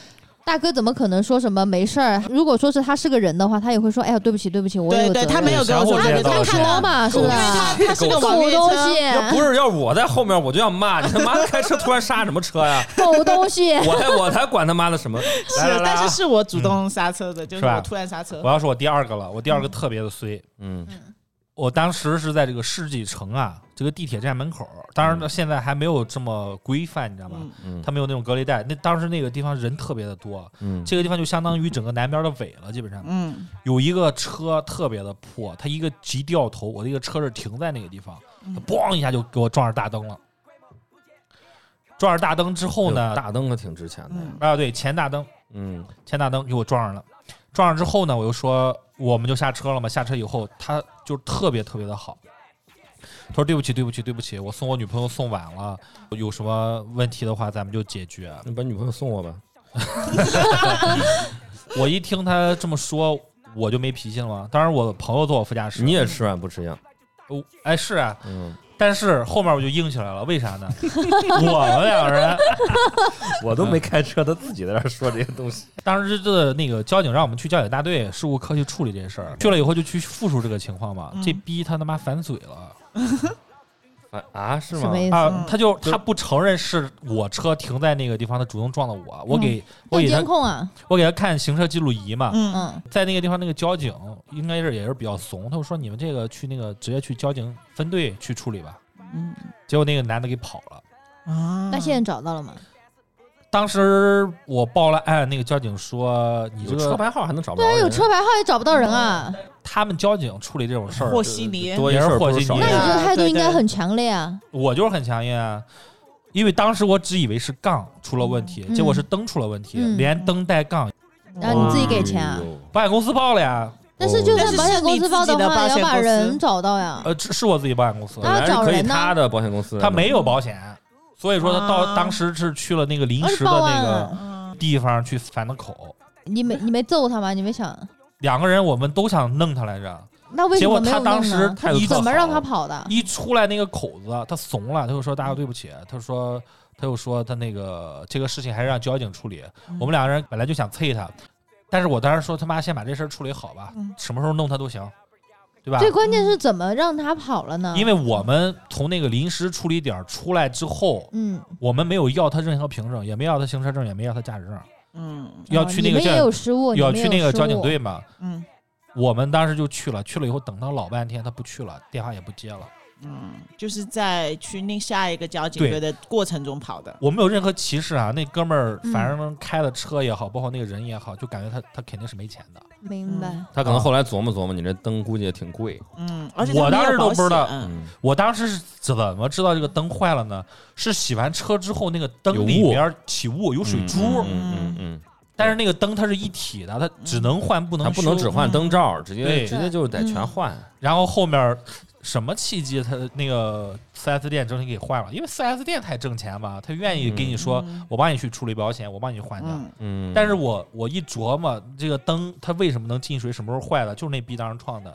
大哥怎么可能说什么没事儿？如果说是他是个人的话，他也会说：“哎呀，对不起，对不起，我也对有责对，任。”他没有跟我说，相互之他就间都是他有看责说到任嘛，是狗吧？因为他他是个网狗约东车西，要不啊是要我在后面，我就要骂你他妈开车突然刹什么车呀！狗东西。 我才我才管他妈的什么！来来是，来但啊是是我主动刹车的，就是嗯是吧我突然刹车我。要说我第二个了，我第二个特别的衰。 嗯，我当时是在这个世纪城啊，这个地铁站门口，当然呢现在还没有这么规范，你知道吧？嗯嗯它没有那种隔离带。那当时那个地方人特别的多，嗯这个地方就相当于整个南边的尾了，基本上。嗯有一个车特别的破，它一个急掉头，我的一个车是停在那个地方，嗯它咣一下就给我撞上大灯了。撞上大灯之后哎呦呢，大灯可挺值钱的呀。嗯啊对，前大灯，嗯前大灯给我撞上了。撞上之后呢，我又说我们就下车了嘛。下车以后，他就特别特别的好，他说对不起对不起对不起，我送我女朋友送晚了，有什么问题的话咱们就解决。你把女朋友送我吧。我一听他这么说，我就没脾气了嘛。当然我朋友坐我副驾驶，你也吃软不吃硬。我哎是啊，嗯，但是后面我就硬起来了，为啥呢？ 我们两人 我都没开车，他自己在那儿说这些东西。当时的那个交警让我们去交警大队事务科去处理这事儿，去了以后就去复述这个情况嘛。这逼他他妈反嘴了 啊啊，是什吗么？意思？嗯啊！他就他不承认是我车停在那个地方，他主动撞的我。我给我看给他监控啊，我给他看行车记录仪嘛，嗯，嗯，在那个地方那个交警应该是也是比较怂，他就说你们这个去那个直接去交警分队去处理吧。嗯结果那个男的给跑了。啊那现在找到了吗？嗯当时我报了案，那个交警说你这有个车牌号还能找不对着啊，人？有车牌号也找不到人啊。他们交警处理这种事儿，和稀泥，多一事不如少一那你这事嗯对个态度对应该对很强烈啊！我就是很强硬啊，因为当时我只以为是杠出了问题，嗯结果是灯出了问题，嗯连灯带杠，然后你自己给钱啊哎？呦保险公司报了呀。但是就但算是保险是公你司自报己的的话，保也要险把公司人找到呀。呃，是是我自己保险公司，那本来是可以找人呢他的保险公司，他没有保险，所以说他到、啊当时是去了那个临那时啊是的报那案个了，嗯，地方去反的口。你没你没揍他吗？你没想？两个人我们都想弄他来啊着，那为结什果么没他有当弄时呢？态度你特怎么让他好跑的？一出来那个口子，他怂了，他就说大哥对不起，他说他又说他那个这个事情还是让交警处理。嗯我们两个人本来就想啐他，但是我当时说他妈先把这事儿处理好吧，嗯什么时候弄他都行，对吧？最关键是怎么让他跑了呢？因为我们从那个临时处理点儿出来之后，嗯，我们没有要他任何凭证，也没要他行车证，也没要他驾驶证，嗯要哦去那个你们也交有失误，哦你要们也去那有个失交警误队嘛。嗯我们当时就去了，去了以后等他老半天，他不去了，电话也不接了。嗯，就是在去另下一个交警队的过程中跑的，我没有任何歧视啊，那哥们儿嗯反正开的车也好，包括那个人也好，就感觉他他肯定是没钱的。明白。嗯他可能后来琢磨琢磨，你这灯估计也挺贵。嗯，而且我他没有当时都保不知道险嗯，我当时是怎么知道这个灯坏了呢？是洗完车之后那个有灯雾里边起雾，有有水珠，嗯嗯嗯嗯，但是那个灯它是一体的，它只能换不能他不能修只换嗯灯罩，直接对直接就是得全换。然后后面什么契机，他那个 4S 店整体给换了，因为 4S 店太挣钱嘛，他愿意给你说，哎我帮你去处理保险，我帮你换掉。嗯，嗯，但是我我一琢磨，这个灯它为什么能进水，什么时候坏的，就是那逼当时撞的，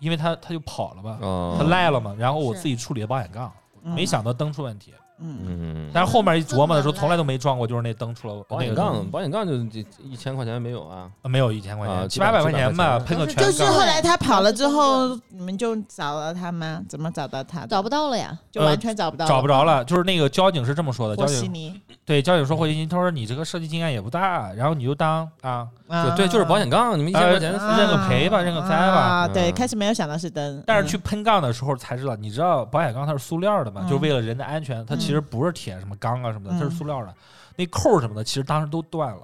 因为他他就跑了嘛，他哦，赖了嘛，然后我是自己处理的保险杠，嗯没，想到灯出问题。嗯嗯，但是后面一琢磨的时候，这么赖从来都没撞过，就是那灯出了保那险个杠，保险杠就就一千块钱没有啊。没有一千块啊钱，七700八百块钱吧， 700喷个全就杠。是后来他跑了之后，你们就找到他吗？怎么找到他的？找不到了呀，就完全找不到，呃找不着了，就是那个交警是这么说的，交和稀警泥，对交警说霍金，他说你这个设计经验也不大，然后你就当啊，啊对，就是保险杠，你们一千块钱呃啊的认个赔吧认个灾吧啊对，嗯开始没有想到是灯，嗯但是去喷杠的时候才知道，你知道保险杠它是塑料的嘛，嗯就是为了人的安全，它其实不是铁什么钢啊什么的，嗯它是塑料的，那扣什么的其实当时都断了。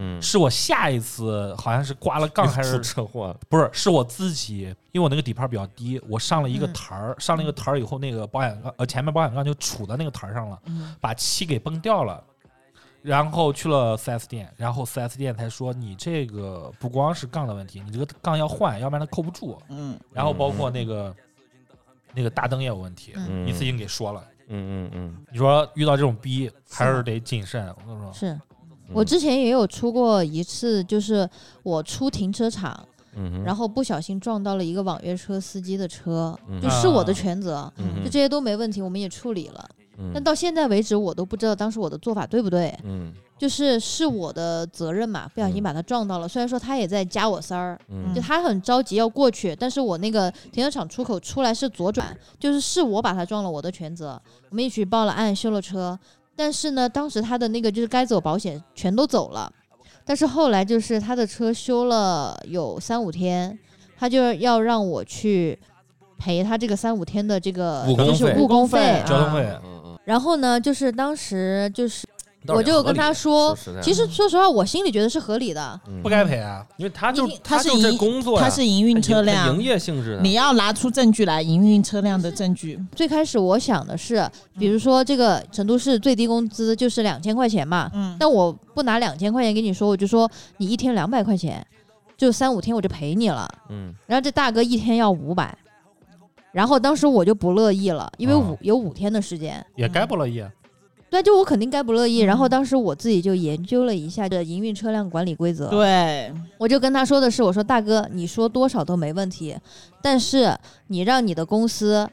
嗯，是我下一次好像是刮了杠还出是车祸了？不是？是我自己，因为我那个底盘比较低，我上了一个台儿，上了一个台儿以后，那个保险杠呃前面保险杠就杵到那个台儿上了，嗯把漆给崩掉了，然后去了 4S 店，然后 4S 店才说你这个不光是杠的问题，你这个杠要换，要不然它扣不住。嗯然后包括那个、那个大灯也有问题，嗯一次性给说了。嗯嗯嗯你说遇到这种逼还是得谨慎，我跟你说，是嗯我之前也有出过一次，就是我出停车场，嗯哼，然后后不小心撞到了一个网约车司机的车嗯，就是我的全责，就嗯这些都没问题，我们也处理了。嗯但到现在为止，我都不知道当时我的做法对不对，嗯就是是我的责任嘛，不小心把他撞到了。虽然说他也在加我三儿，嗯就他很着急要过去，但是我那个停车场出口出来是左转，就是是我把他撞了，我的全责。我们一起报了案，修了车。但是呢，当时他的那个就是该走保险全都走了，但是后来就是他的车修了有三五天，他就要让我去赔他这个三五天的这个误工就是费误工费啊。交通费嗯嗯，然后呢，就是当时就是嗯我就有跟他说，说实在的其实说实话，我心里觉得是合理的。嗯不该赔啊。因为他就你他是就这营工作呀，它是营运车它辆营，业性质的，你要拿出证据来，营运车辆的证据，最开始我想的嗯是，比如说这个成都市最低工资就是两千块钱嘛，嗯，但我不拿两千块钱跟你说，我就说你一天两百块钱，就三五天我就赔你了。嗯然后这大哥一天要五百，然后当时我就不乐意了，因哦为五、啊有五天的时间，也该不乐意啊，对，就我肯定该不乐意。嗯然后当时我自己就研究了一下这营运车辆管理规则，对，我就跟他说的是，我说大哥，你说多少都没问题，但是你让你的公司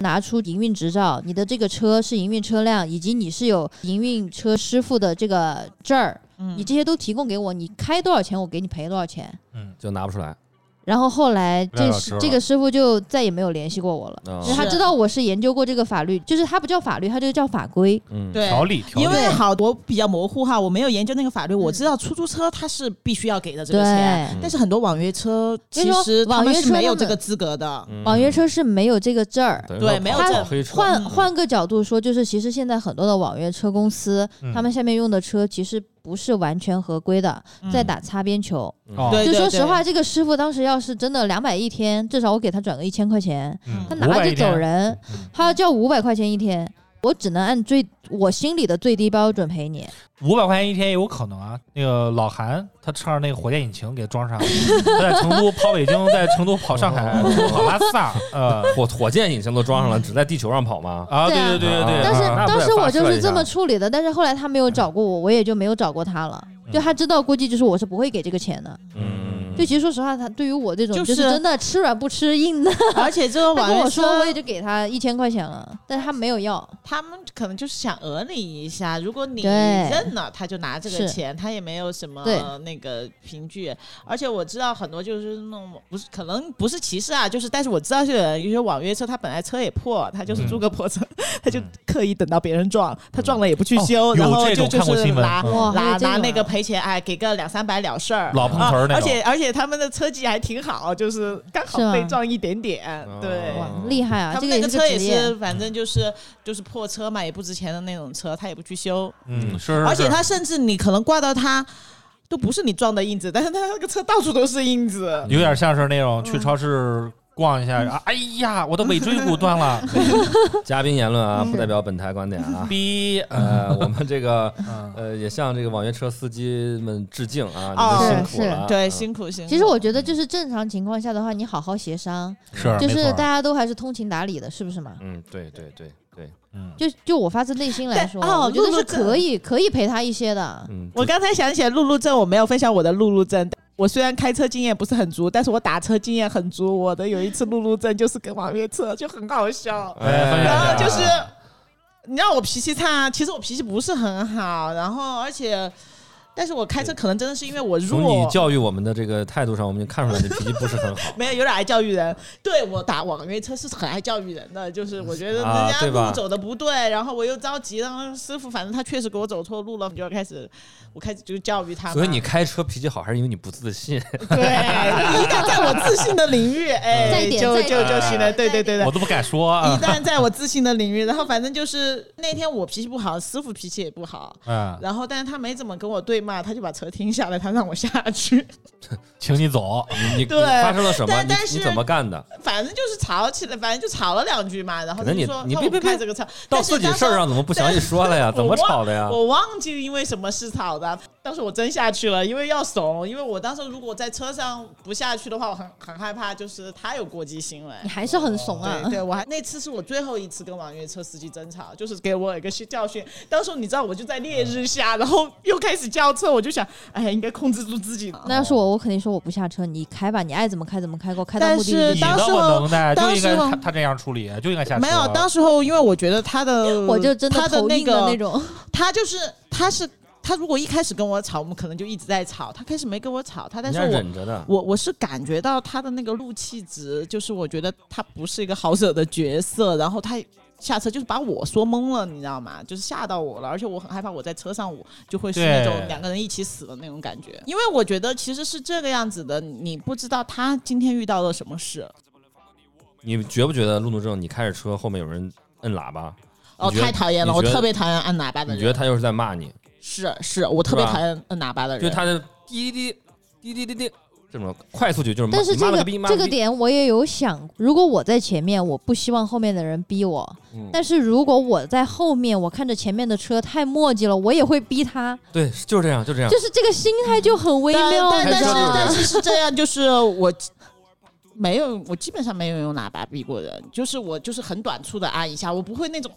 拿出营运执照，你的这个车是营运车辆，以及你是有营运车师傅的这个证儿，嗯你这些都提供给我，你开多少钱我给你赔多少钱。嗯，就拿不出来，然后后来那这老师师了这个师傅就再也没有联系过我了，哎哦因为他是知道我是研究过这个法律，就是他不叫法律，他就叫法规。嗯，对条理条因理。为好，我比较模糊哈，我没有研究那个法律，我知道出租车它是必须要给的这个钱，对，但是很多网约车其就是实说他们是没网约车他有们这个资格的，嗯网约车是没有这个证儿。等于对说没有跑证黑车换嗯换个角度说，就是其实现在很多的网约车公司，嗯他们下面用的车其实不是完全合规的，在打擦边球。嗯哦对就说实话，这个师傅当时要是真的两百一天，至少我给他转个一千块钱，嗯他拿500一着天嗯走人，他要叫五百块钱一天，我只能按最我心里的最低标准赔你。五百块钱一天也有可能啊。那个老韩他车上那个火箭引擎给装 上了，他在成都跑北京，在成都跑上海，哦成都跑拉萨，呃啊火火箭引擎都装上了，只在地球上跑吗？啊，对啊对对对对对，但是啊那不当得时我发就射是一这下么处理的，但是后来他没有找过我，我也就没有找过他了。就他知道，估计就是我是不会给这个钱的。嗯，就其实说实话，他对于我这种就就是是真的吃软不吃硬的，而且这个他网跟约我车说我也就给他一千块钱了，但是他没有要。他们可能就是想讹你一下，如果你对认了，他就拿这个是钱，他也没有什么对那个凭据。而且我知道很多就是那种不是可能不是歧视啊，就是但是我知道就有人有些网约车，他本来车也破，他就是嗯租个破车， 他就刻意等到别人撞，他撞了也不去修，嗯哦然后有这就种就看过是新闻拿嗯哇还有拿这拿种那个啊赔钱，哎，给个两三百了事儿。老碰瓷儿那种啊而且而且他们的车技还挺好，就是刚好是吗啊被撞一点点，对。哇哦，厉害啊！他这们个也那个是车也职业嗯是，，反正就是就是破车嘛，也不值钱的那种车，他也不去修，嗯是是，而且是他甚至你可能挂到他都不是你撞的印子，但是他那个车到处都是印子。有点像是那种嗯去超市逛一下，啊哎呀，我的尾椎骨断 了，嘉宾言论啊，嗯不代表本台观点啊。逼，呃，我们这个嗯呃，也向这个网约车司机们致敬啊，哦你们辛苦是了。啊对，嗯辛苦辛苦。其实我觉得就是正常情况下的话，你好好协商，啊 是就是没大错家都还是通情达理的，是不是嘛？嗯，对对对对，嗯就就我发自内心来说，但哦我觉得露露是这可以可以赔他一些的。嗯，我刚才想起来路路证，我没有分享我的路路证。我虽然开车经验不是很足，但是我打车经验很足。我的有一次路路证就是跟网约车，就很好笑。哎分享一下然后就是你让我脾气差，其实我脾气不是很好，然后而且，但是我开车可能真的是因为我从你弱。。教育我们的这个态度上，我们就看出来你脾气不是很好没有，有点爱教育人。对我打网约车是很爱教育人的，就是我觉得啊人家对吧路走的不对，然后我又着急，然后师傅反正他确实给我走错路了，我就开始我开始就教育他嘛。所以你开车脾气好，还是因为你不自 信？对，一旦在我自信的 领域，再哎，一点就再一就点就行了。对对对对我，都不敢说一啊，旦在我自信的领域， 然后反正就是那天我脾气不好，师傅脾气也不好，嗯，然后但是他没怎么跟我对骂，他就把车停下来，他让我下去，请你走，你你对发生了什么？但你但是你怎么干的？反正就是吵起来，反正就吵了两句嘛，然后可他能就你说你那别我不别开别这个车，到但是自己当时事儿上怎么不详细说了呀？怎 我么忘吵的呀？我忘记因为什么事吵的，当时我真下去了，因为要怂，因为我当时如果在车上不下去的话，我很很害怕，就是他有过激 行为。你还是很怂啊 对，对，我还那次是我最后一次跟网约车司机争吵，就是给我一个教训。当时你知道，我就在烈日下，然后又开始叫车，我就想，哎呀，应该控制住自己。那要是我，我肯定说我不下车，你开吧，你爱怎么开怎么开，给我开到但目的地你就是行。的我能耐就当应呃时该我他他这样处理，就应该下车。没有，当时候因为我觉得他的，我就真他的头那硬个的那种，他就是他是他如果一开始跟我吵，我们可能就一直在吵。他开始没跟我吵，他但人是家我忍着的。我我是感觉到他的那个怒气值，就是我觉得他不是一个好惹的角色，然后他。下车就是把我说懵了，你知道吗？就是吓到我了，而且我很害怕我在车上我就会是对那种两个人一起死的那种感觉，因为我觉得其实是这个样子的，你不知道他今天遇到了什么事，你觉不觉得路怒症？你开着车后面有人摁喇叭，哦，你觉得太讨厌了，你我觉得特别讨厌按喇叭的你觉得人，他又是在骂你？是是，我特别是吧讨厌按喇叭的人，就他的滴滴滴滴滴滴滴这种快速句，就是骂但是你这妈了个逼，妈这了个逼点我也有想，如果我在前面，我不希望后面的人逼我；嗯但是如果我在后面，我看着前面的车太墨迹了，我也会逼他，对，就是这样，就这样就。是这个心态就很微但妙。啊但你但知是道吗但是是这样，就是我 没有，我基本上没有用喇叭逼过人，就是我就是很短促的按一下，我不会那种。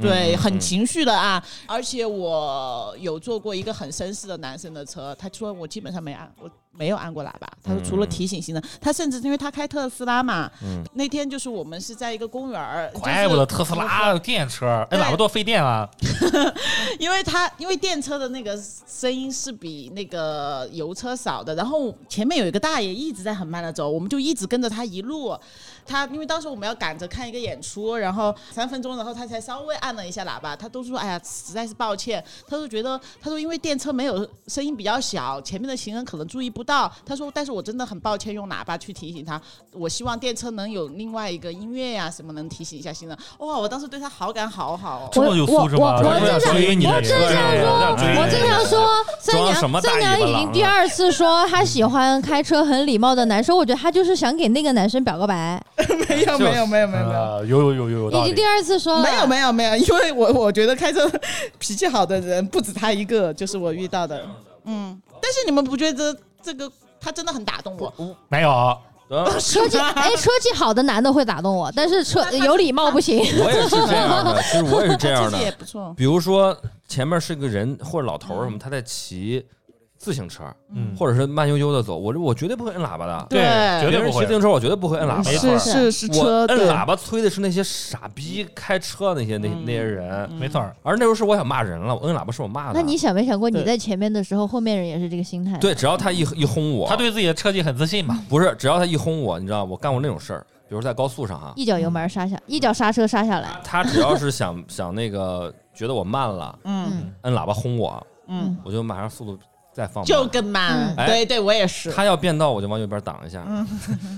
对，嗯很嗯情绪的按，而且我有坐过一个很绅士的男生的车，他说我基本上没按，我没有按过喇叭。他说除了提醒嗯性能，他甚至因为他开特斯拉嘛，嗯那天就是我们是在一个公园儿，就是怪不得特斯拉电车，哎，对喇叭多费电啊！因为它因为电车的那个声音是比那个油车少的，然后前面有一个大爷一直在很慢的走，我们就一直跟着他一路。他因为当时我们要赶着看一个演出，然后三分钟，然后他才稍微按了一下喇叭，他都说哎呀实在是抱歉，他说觉得他说因为电车没有声音比较小，前面的行人可能注意不到。他说，但是我真的很抱歉，用喇叭去提醒他。我希望电车能有另外一个音乐呀、什么能提醒一下新 人。哇，我当时对他好感好好哦。这么有素质吗？我我我追你，我正想说，我正想说，三装什么娘，大三娘尾巴已狼经第二次说她喜欢开车很礼貌的男生，我觉得她就是想给那个男生表个白，没有没有没有没有没有。呃，有有有有有已道经理第。二次说了，没有没有没有，因为我我觉得开车脾气好的人不止他一个，就是我遇到的。嗯，但是你们不觉得这个他真的很打动我？ 没有，嗯车 技哎，车技好的男的会打动我，但是 车有礼貌不 行。我也是这样的，其实我也是这样自己也的。不错。比如说前面是个人或者老头儿什么，他在骑自行车，嗯，或者是慢悠悠的走，我这我绝对不会摁喇叭的。对，绝别人对不骑会自。行车，我绝对不会摁喇叭没的。错是儿是是我嗯车摁对喇叭催的是那些傻逼开车那些那那些嗯人，没错儿，而那时候是我想骂人了，我摁喇叭是我骂的。那你想没想过，你对在前面的时候，后面人也是这个心态？，对，只要他一一轰我，他对自己的车技很自信嘛。不是只要他一轰我，你知道我干过那种事儿，比如在高速上哈，一脚油门刹下，一脚刹车刹下来。他只要是想 想那个觉得我慢了，嗯摁喇叭轰我，嗯，我就马上速度再放慢。就更慢。嗯对对，我也是。他要变道，我就往右边挡一下；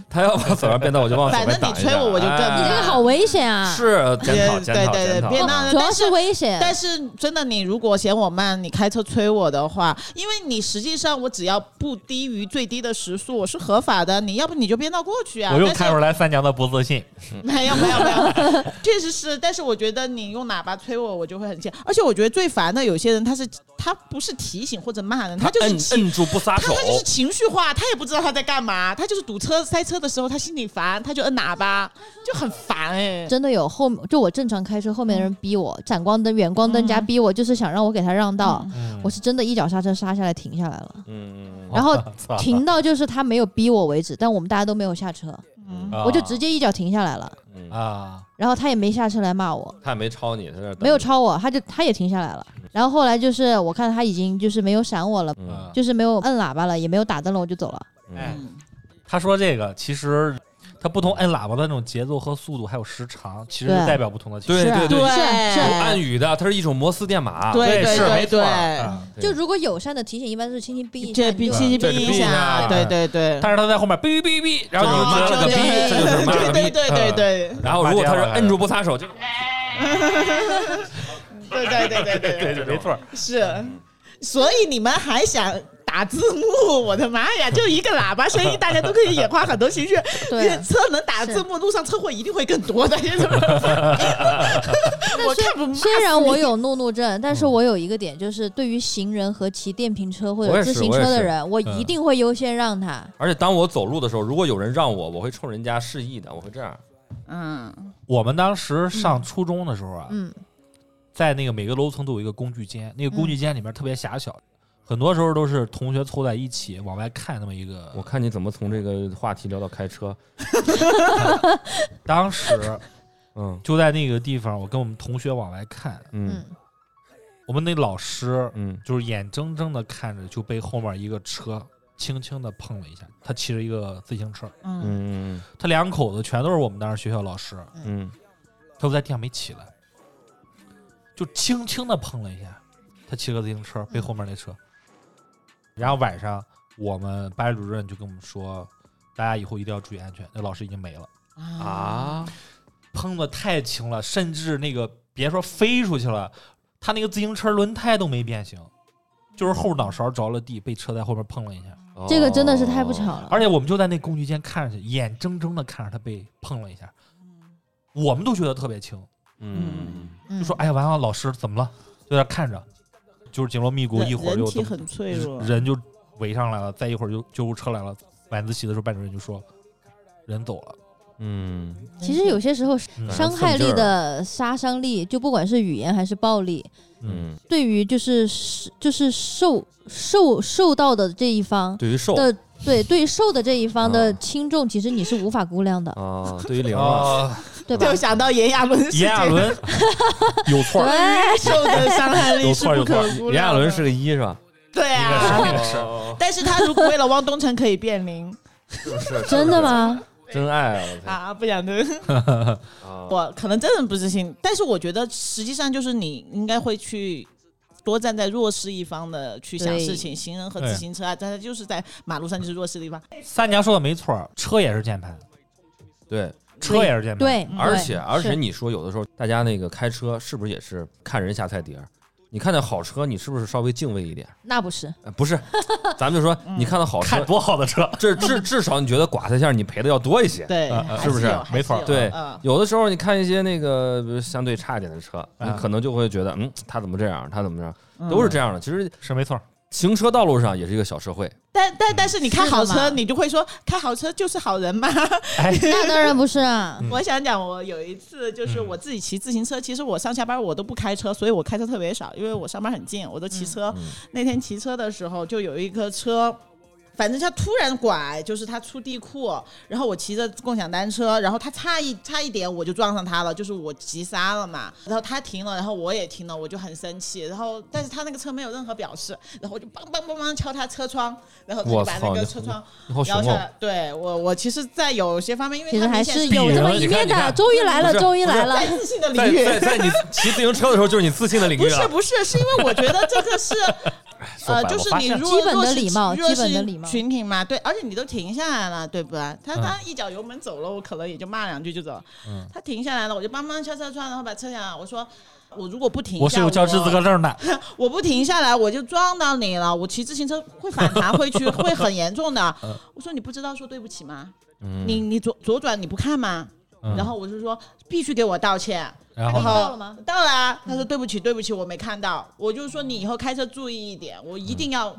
他要往左边变道，我就往左边挡一下。嗯反正你催我我就跟哎你这个好危险啊！是检讨检对讨对对检讨。别啊闹主要但是是危险。但是真的，你如果嫌我慢，你开车催我的话，因为你实际上我只要不低于最低的时速，我是合法的。你要不你就变道过去啊。我又但是看出来三娘的不自信。没有没有没有，确实是，但是我觉得你用喇叭催我，我就会很气。而且我觉得最烦的有些人，他是他不是提醒或者骂人，他他就是摁情摁住不撒他手他，就是情绪化，他也不知道他在干嘛，他就是堵车塞车的时候，他心里烦，他就摁喇叭，就很烦哎、真的有后，就我正常开车，后面的嗯人逼我，闪光灯、远光灯加逼我，就是想让我给他让道。嗯我是真的一脚刹车刹下来停下来了，嗯，嗯然 后操停到就是他没有逼我为止，但我们大家都没有下车，啊我就直接一脚停下来了。嗯嗯，啊，然后他也没下车来骂我，他也没超你，他在这儿等没有超我，他就他也停下来了。然后后来就是我看他已经就是没有闪我了，你。嗯嗯就是没有摁喇叭了，也没有打灯了，我就走了。嗯哎嗯他说这个其实。他不同摁喇叭的那种节奏和速度，还有时长，其实对是代表不同的情对绪。是啊对对有是暗语的，它是一种摩斯电码。对，对对是没对错儿。对嗯对就如果友善的提醒，一般是轻轻逼一下这你逼就。信息对逼这一逼一下下，对对对，但是他在后面哔哔哔，然后你就哦这觉得个逼这就是骂对人对对啊对对然后如果他是摁住不撒手，就对对对对对对对，没错儿。是，所以你们还想打字幕？我的妈呀，就一个喇叭声音，大家都可以演化很多情绪。对车能打字幕，路上车祸一定会更多的。我看不骂死虽然我你有怒怒症，但是我有一个点，就是对于行人和骑电瓶车或嗯我者也是嗯自行车的人，我是一定会优先让他。而且当我走路的时候，如果有人让我，我会冲人家示意的，我会这样。嗯我们当时上初中的时候啊，嗯，在那个每个楼层都有一个工具间，那个工具间里面特别狭小，很多时候都是同学凑在一起往外看那么一个。我看你怎么从这个话题聊到开车。当时嗯就在那个地方，我跟我们同学往外看，嗯嗯我们那老师嗯，就是眼睁睁的看着就被后面一个车轻轻的碰了一下，他骑着一个自行车，嗯嗯他两口子全都是我们当时学校老师，嗯他都在地上没起来，就轻轻的碰了一下，他骑个自行车被后面那车，然后晚上我们班主任就跟我们说，大家以后一定要注意安全，那老师已经没了，嗯，啊，碰的太轻了，甚至那个别说飞出去了，他那个自行车轮胎都没变形。就是后脑勺着了地，被车在后面碰了一下，嗯这个真的是太不巧了。了。而且我们就在那工具间看着去，眼睁睁的看着他被碰了一下，我们都觉得特别轻，嗯，嗯就说：“哎呀，完了，老师怎么了？”就在那看着，就是紧锣密鼓，一会儿人就体怎么很脆弱。人就围上来了，再一会儿就救护车来了。晚自习的时候，班主任就说：“人走了。嗯，其实有些时候嗯伤害啊力的杀伤力，就不管是语言还是暴力，嗯，对于就是就是受受受到的这一方对于瘦的对对受的这一方的啊轻重，其实你是无法估量的，啊，对于零啊，啊，对 吧就？想到炎亚纶事件，炎亚纶有错 儿，对，受的伤害力有是错儿，不有错可儿，估量的。炎亚纶是个一是吧？对应该是啊，应该是。哦但是他如果为了汪东城可以变零是是真的？ 吗？是真爱啊！我操啊，不想的。 啊我可能真的不自信，但是我觉得实际上就是你应该会去多站在弱势一方的去想事情。行人和对自行车啊，但是就是在马路上就是弱势的 地方。三娘说的没错儿，车也是键盘，对，车也是键盘。，对，而且对而且是你说有的时候大家那个开车是不是也是看人下菜碟儿？你看到好车，你是不是稍微敬畏一点？那不是呃不是，咱们就说嗯你看到好看车，多好的车，这至至少你觉得剐他一下，你赔的要多一些。对嗯嗯，还啊是不是有还没错有对嗯，有的时候你看一些那个比如相对差一点的车，你啊嗯可能就会觉得，嗯，他怎么这样，他怎么这样，都是这样的。其实是没错儿。行车道路上也是一个小社会，但但但是你开是的好嘛车，你就会说哎开好车就是好人嘛。嗯哎，那当然不是 啊， 我想讲，我有一次就是嗯我自己骑自行车，其实我上下班我都不开车，所以我开车特别少，因为我上班很近，我都骑嗯车。那天骑车的时候，就有一个车。反正他突然拐，就是他出地库，然后我骑着共享单车，然后他差一差一点我就撞上他了，就是我急刹了嘛，然后他停了，然后我也停了，我就很生气，然后但是他那个车没有任何表示，然后我就梆梆梆梆敲他车窗，然后他就我把那操个你车窗你好摇凶下哦！来。对我，我其实，在有些方面，因为其实他明还显是比有这么人一你看面你的。看终于来了，不是终于不是来了在，自信的在领在域。在 你骑自行车的时候，就是你自信的啊领域不是了。不是，是因为我觉得这个是 哎说白呃，了就我是发你现弱基本的弱势礼貌弱势基本的礼貌群体嘛，对，而且你都停下来了，对吧？他嗯他一脚油门走了，我可能也就骂两句就走。他停下来了，我就帮帮敲车窗，然后把车下来。我说我如果不停我下是有教师资格证的，我不停下来，我就撞到你了。我骑自行车会反弹 回去，会很严重的。嗯我说你不知道说对不起吗？嗯你你左左转你不看吗？嗯然后我就说必须给我道歉。然后后呢呢？到了吗？到了啊。他说对不起，对不起，我没看到。我就说你以后开车注意一点，我一定要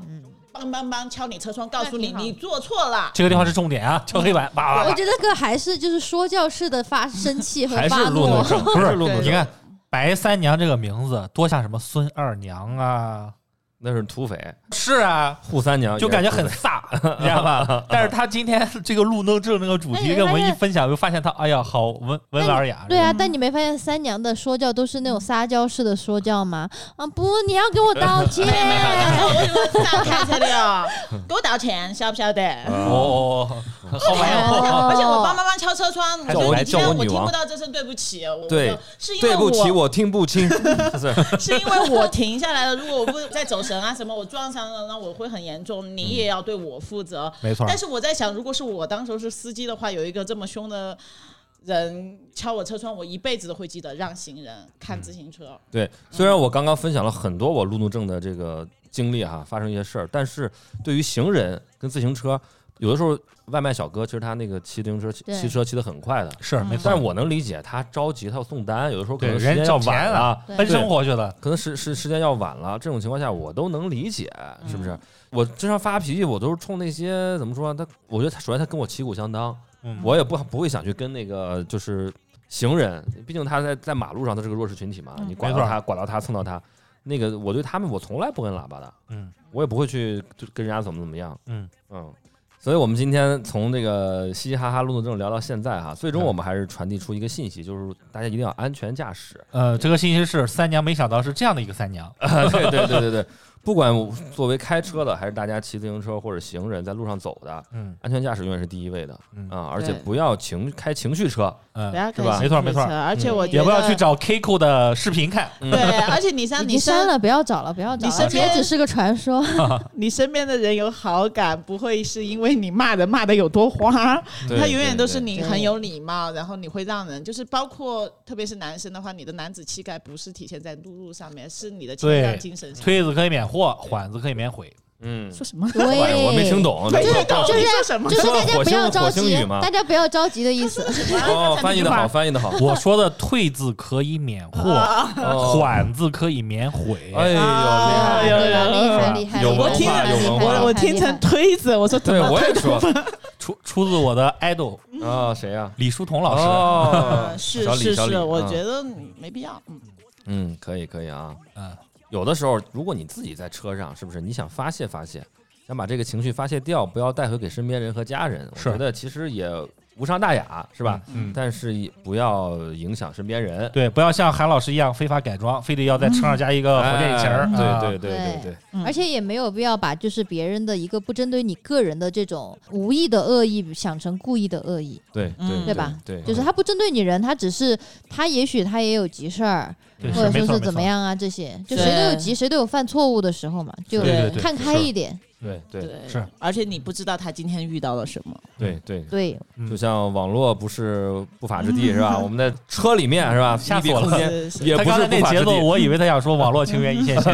梆梆梆敲你车窗，告诉嗯那你挺好你做 错了。这个地方是重点嗯啊，敲黑板，哇哇我哇！觉得这个还是就是说教式的发生气和还是发路怒怒，症，不还是路怒你症，看白三娘这个名字多像什么孙二娘啊？那是啊土匪是啊，扈三娘，就感觉很飒，你知道 吧？但是他今天这个路怒症这个主哎题你跟我们发一现分享，就发现他，哎呀，好温温文尔雅。对嗯啊，但你没发现三娘的说教都是那种撒娇式的说教吗？啊，不，你要给我 道歉。哎我就说上开车的哦， 给我道歉，晓不晓得？哦哦，哦好玩意儿。哦而且我帮妈妈敲车窗，叫我我说你今天叫我我女听王不到这声对不起，哦我对说是因为对不起，我我听不清。 是 是因为我停下来了，如果我不再走神啊什么，我撞上了，那我会很严重，你也要对我负责。没错但是我在想，如果是我当时候是司机的话，有一个这么凶的人敲我车窗，我一辈子都会记得让行人看自行车。对，虽然我刚刚分享了很多我路怒症的这个经历哈，发生一些事儿，但是对于行人跟自行车，有的时候外卖小哥其实他那个骑自行车、骑对骑车骑得很快的，是没错但是，嗯我能理解他着急，他要送单，有的时候可对能时人间要挣钱晚了了，，对奔生活去了。可能时时时间要晚了，这种情况下我都能理解，是不是？嗯我经常发脾气，我都是冲那些怎么说啊？他我觉得他首先他跟我旗鼓相当，嗯我也不不会想去跟那个就是行人，毕竟他在在马路上他是个弱势群体嘛，你刮到嗯没错他、刮到他、蹭到他，那个我对他们我从来不摁喇叭的，嗯我也不会去就跟人家怎么怎么样，嗯，嗯。所以，我们今天从这个嘻嘻哈哈、路怒症聊到现在哈，最终我们还是传递出一个信息，就是大家一定要安全驾 驶。呃，这个信息是三娘，没想到是这样的一个三娘。啊对对对对对，不管我作为开车的，还是大家骑自行车或者行人在路上走的，嗯安全驾驶永远是第一位的嗯啊！而且对不要情开情绪车，嗯不，要是开吧没错没错而且我觉也得不要去。找 Kiko 的视频看。对，而且你像 已经你删身了，不要找了，不要找你了，身边这只是个传说。你身边的人有好感，不会是因为你骂人骂的有多花，对他永远都是对你对很有礼貌，然后你会让人就是包括特别是男生的话，你的男子气概不是体现在路路上面，是你的情对感精神，上。推子可以免货，缓子可以免悔。嗯，说什么？对，哎 我没听懂，对我到就底是说什么就是大家不火星要着火星急语，吗大家不要着急的意思。哦，翻译的好，翻译的好，我说的退字可以免货，哦，缓字可以免悔。哎呦，厉啊害！啊对了厉害厉害，有厉害文厉化害有厉文害化我我听成推子，我说怎对，么我也 说出出自我的 idol 啊，谁呀？李叔同老师。哦，嗯 是小李是小李是，我嗯觉得你没必要。嗯，嗯，可以可以啊。嗯，有的时候，如果你自己在车上，是不是你想发泄发泄，想把这个情绪发泄掉，不要带回给身边人和家人？我是觉得其实也无伤大雅，是吧？嗯，但是也不要影响身边人。对，不要像韩老师一样非法改装，非得要在车上加一个火箭引擎儿。哎啊对对对对对，嗯而且也没有必要把就是别人的一个不针对你个人的这种无意的恶意想成故意的恶意，对嗯对对吧？对，就是他不针对你人，他只是他也许他也有急事儿，对，或者没说错是怎么？没错样啊这些，就对谁都有急，谁都有犯错误的时候嘛，就对对对看开一点。对对对，是，而且你不知道他今天遇到了什么，对对。对，嗯就像网络不是不法之地是 吧？我们在车里面是吧？吓死密闭我了空间是是也他不刚是才不那法嗯节之奏，地。我以为他想说网络情缘一 线牵。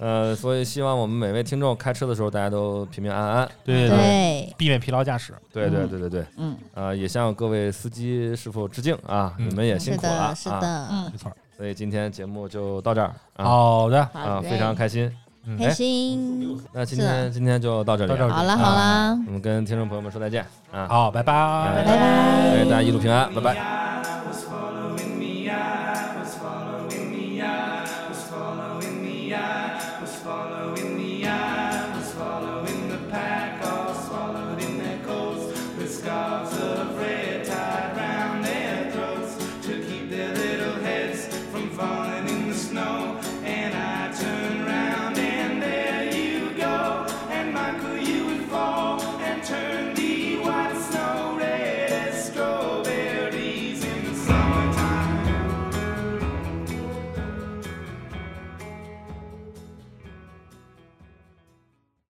呃，所以希望我们每位听众开车的时候，大家都平平安安。对对，对，避免疲劳驾驶。对对嗯对对对，嗯呃，也向各位司机师傅致敬啊！嗯你们也辛是苦了的，是啊！的，嗯没，错。所以今天节目就到这儿啊好的，啊，好嘞非常开心。嗯开心。那今是天的今天就到这里到这啊，儿好啦好啦，我们跟听众朋友们说再见啊！好，拜拜拜哎拜。哎大家一路平安，拜拜。